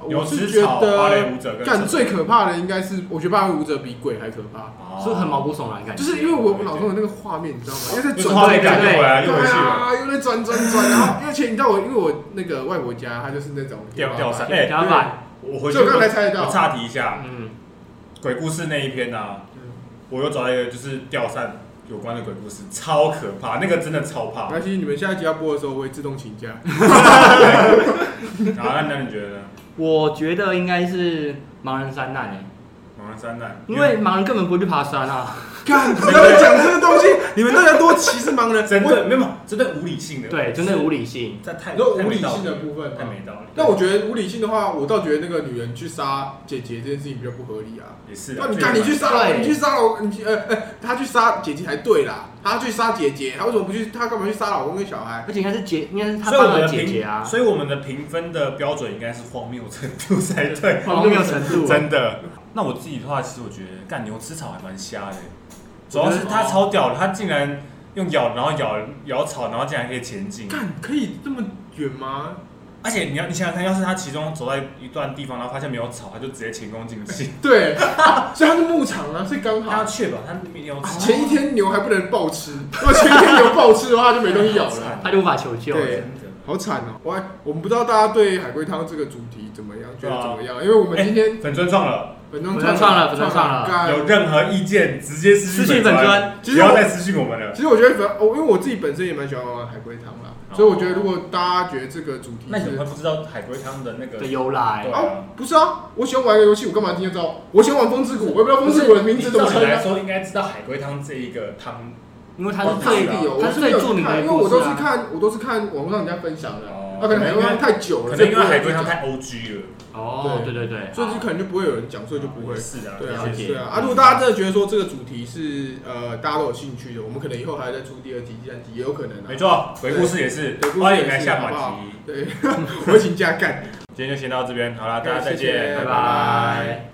Speaker 2: 我
Speaker 1: 有吃
Speaker 2: 是觉
Speaker 1: 草、芭蕾
Speaker 2: 得
Speaker 1: 舞者跟
Speaker 2: 干最可怕的应该是，我觉得芭蕾舞者比鬼还可怕，
Speaker 1: 哦
Speaker 3: 是不是很毛骨悚然的感觉？
Speaker 2: 就是因为我我脑中有那个画面，你知道吗？又在
Speaker 1: 就是
Speaker 2: 转
Speaker 1: 画面
Speaker 2: 转
Speaker 1: 感又
Speaker 2: 转，
Speaker 1: 回来又回
Speaker 2: 对
Speaker 1: 去了，
Speaker 2: 啊，又在转转转，然后而且你知道我，因为我那个外婆家，她就是那种
Speaker 1: 掉掉伞。
Speaker 2: 对
Speaker 1: 哎、
Speaker 3: 两百，
Speaker 1: 我回去
Speaker 2: 所以我刚才猜得到
Speaker 1: 我岔题一下，
Speaker 3: 嗯，
Speaker 1: 鬼故事那一篇啊，
Speaker 2: 嗯
Speaker 1: 我又找到一个就是吊扇有关的鬼故事，超可怕，那个真的超怕
Speaker 2: 没。关系，你们下一集要播的时候，我会自动请假。嗯
Speaker 1: 然后那那你觉得呢？
Speaker 3: 我觉得应该是盲人三难哎，
Speaker 1: 盲人山难，
Speaker 3: 因为盲人根本不会去爬山啊。
Speaker 2: 干，不要再讲这个东西，你们大家多歧视盲人。
Speaker 1: 针
Speaker 4: 我
Speaker 1: 对没有没有针对无理性的，
Speaker 3: 对，真的无理性。
Speaker 1: 在太
Speaker 2: 你说
Speaker 1: 太
Speaker 2: 无
Speaker 1: 没
Speaker 2: 理
Speaker 1: 道
Speaker 2: 性的
Speaker 1: 理
Speaker 2: 部分吗
Speaker 1: 太没道理。啊
Speaker 2: 但我觉得无理性的话，我倒觉得那个女人去杀姐姐这件事情比较不合理啊。
Speaker 1: 也是啊，
Speaker 2: 那你
Speaker 1: 这
Speaker 2: 干，
Speaker 1: 也
Speaker 2: 你去
Speaker 1: 蛮
Speaker 2: 杀了，
Speaker 3: 对
Speaker 2: 你去杀老，你去呃呃，他去杀姐姐才对啦，他去杀姐姐，他为什么不去？他干嘛去杀老公跟小孩？
Speaker 3: 而且应该是姐，应该是他
Speaker 1: 所以我
Speaker 3: 爸
Speaker 1: 们
Speaker 3: 的
Speaker 1: 的
Speaker 3: 姐
Speaker 1: 评
Speaker 3: 姐啊，
Speaker 1: 所以我们的评分的标准应该是荒谬程度才 对，
Speaker 3: 荒谬程
Speaker 4: 啊
Speaker 3: 度。
Speaker 1: 真的。
Speaker 4: 那我自己的话，其实我觉得干牛吃草还蛮瞎的，主要是它超屌的，它竟然用咬，然后咬咬草，然后竟然可以前进。
Speaker 2: 干，可以这么远吗？
Speaker 1: 而且你要你想想看，要是他其中走在一段地方，然后发现没有草，他就直接前功尽弃。
Speaker 2: 对， 所以他是牧场啊，所以刚
Speaker 1: 他要
Speaker 2: 好。
Speaker 1: 确保他没有草，
Speaker 2: 前一天牛还不能暴吃， 如果前一天牛暴吃的话，就没东西咬 了。
Speaker 3: 他就无法求救。
Speaker 2: 对
Speaker 1: 真的
Speaker 2: 好惨哦！我我们不知道大家对海龟汤这个主题怎么样，觉
Speaker 1: 对啊
Speaker 2: 得怎么样？因为我们今天
Speaker 1: 粉砖创了，
Speaker 2: 本庄
Speaker 3: 本庄上了本庄
Speaker 2: 上
Speaker 3: 上了
Speaker 1: 有任何意见直接私
Speaker 3: 私信
Speaker 1: 信
Speaker 3: 粉
Speaker 1: 砖
Speaker 3: 砖，
Speaker 1: 不要再私信我们了。
Speaker 2: 其实我觉得本哦，因为我自己本身也蛮喜欢玩海龟汤啦，
Speaker 1: 哦
Speaker 2: 所以我觉得如果大家觉得这个主题
Speaker 4: 那你怎么
Speaker 2: 是
Speaker 4: 会不知道海龟汤的那个
Speaker 3: 的？由来
Speaker 1: 对，
Speaker 2: 哦，不是啊，我喜欢玩一个游戏，我干嘛今天知道？我喜欢玩风之谷，我也不知道风之谷的名字怎么
Speaker 1: 照
Speaker 2: 称
Speaker 1: 理来
Speaker 2: 啊。
Speaker 1: 说应该知道海龟汤这一个汤
Speaker 3: 因为他
Speaker 2: 哦
Speaker 3: 是最
Speaker 2: 哪里有
Speaker 3: 他
Speaker 2: 我
Speaker 3: 是
Speaker 2: 是没
Speaker 3: 最
Speaker 2: 有
Speaker 3: 著名
Speaker 2: 看
Speaker 3: 的
Speaker 2: 因为我
Speaker 3: 故
Speaker 2: 都
Speaker 3: 事
Speaker 2: 是
Speaker 3: 啊。
Speaker 2: 看我都是看网络上人家分享的，
Speaker 1: 哦
Speaker 2: 那可能海龟汤太久了，
Speaker 1: 可能因为
Speaker 2: 所以不会
Speaker 1: 海
Speaker 2: 有
Speaker 1: 龟
Speaker 2: 人
Speaker 1: 汤
Speaker 2: 讲
Speaker 1: 太 O G 了，
Speaker 3: 哦，对对对，
Speaker 2: 所以就可能就不会有人讲，所以就不会
Speaker 1: 也。是啊，
Speaker 2: 对啊
Speaker 3: 了，解
Speaker 2: 对啊，啊！如果大家真的觉得说这个主题是呃大家都有兴趣的，我们可能以后还在出第二集、第三集，也有可能啊。
Speaker 1: 没错，鬼故事也是
Speaker 2: 鬼故事也，是
Speaker 1: 欢迎来下
Speaker 2: 好不
Speaker 1: 马
Speaker 2: 好
Speaker 1: 题。
Speaker 2: 对，我会请假干。
Speaker 1: 今天就先到这边，好啦，大家再
Speaker 2: 谢谢
Speaker 1: 见，拜
Speaker 2: 拜
Speaker 3: 拜
Speaker 1: 拜
Speaker 3: 拜。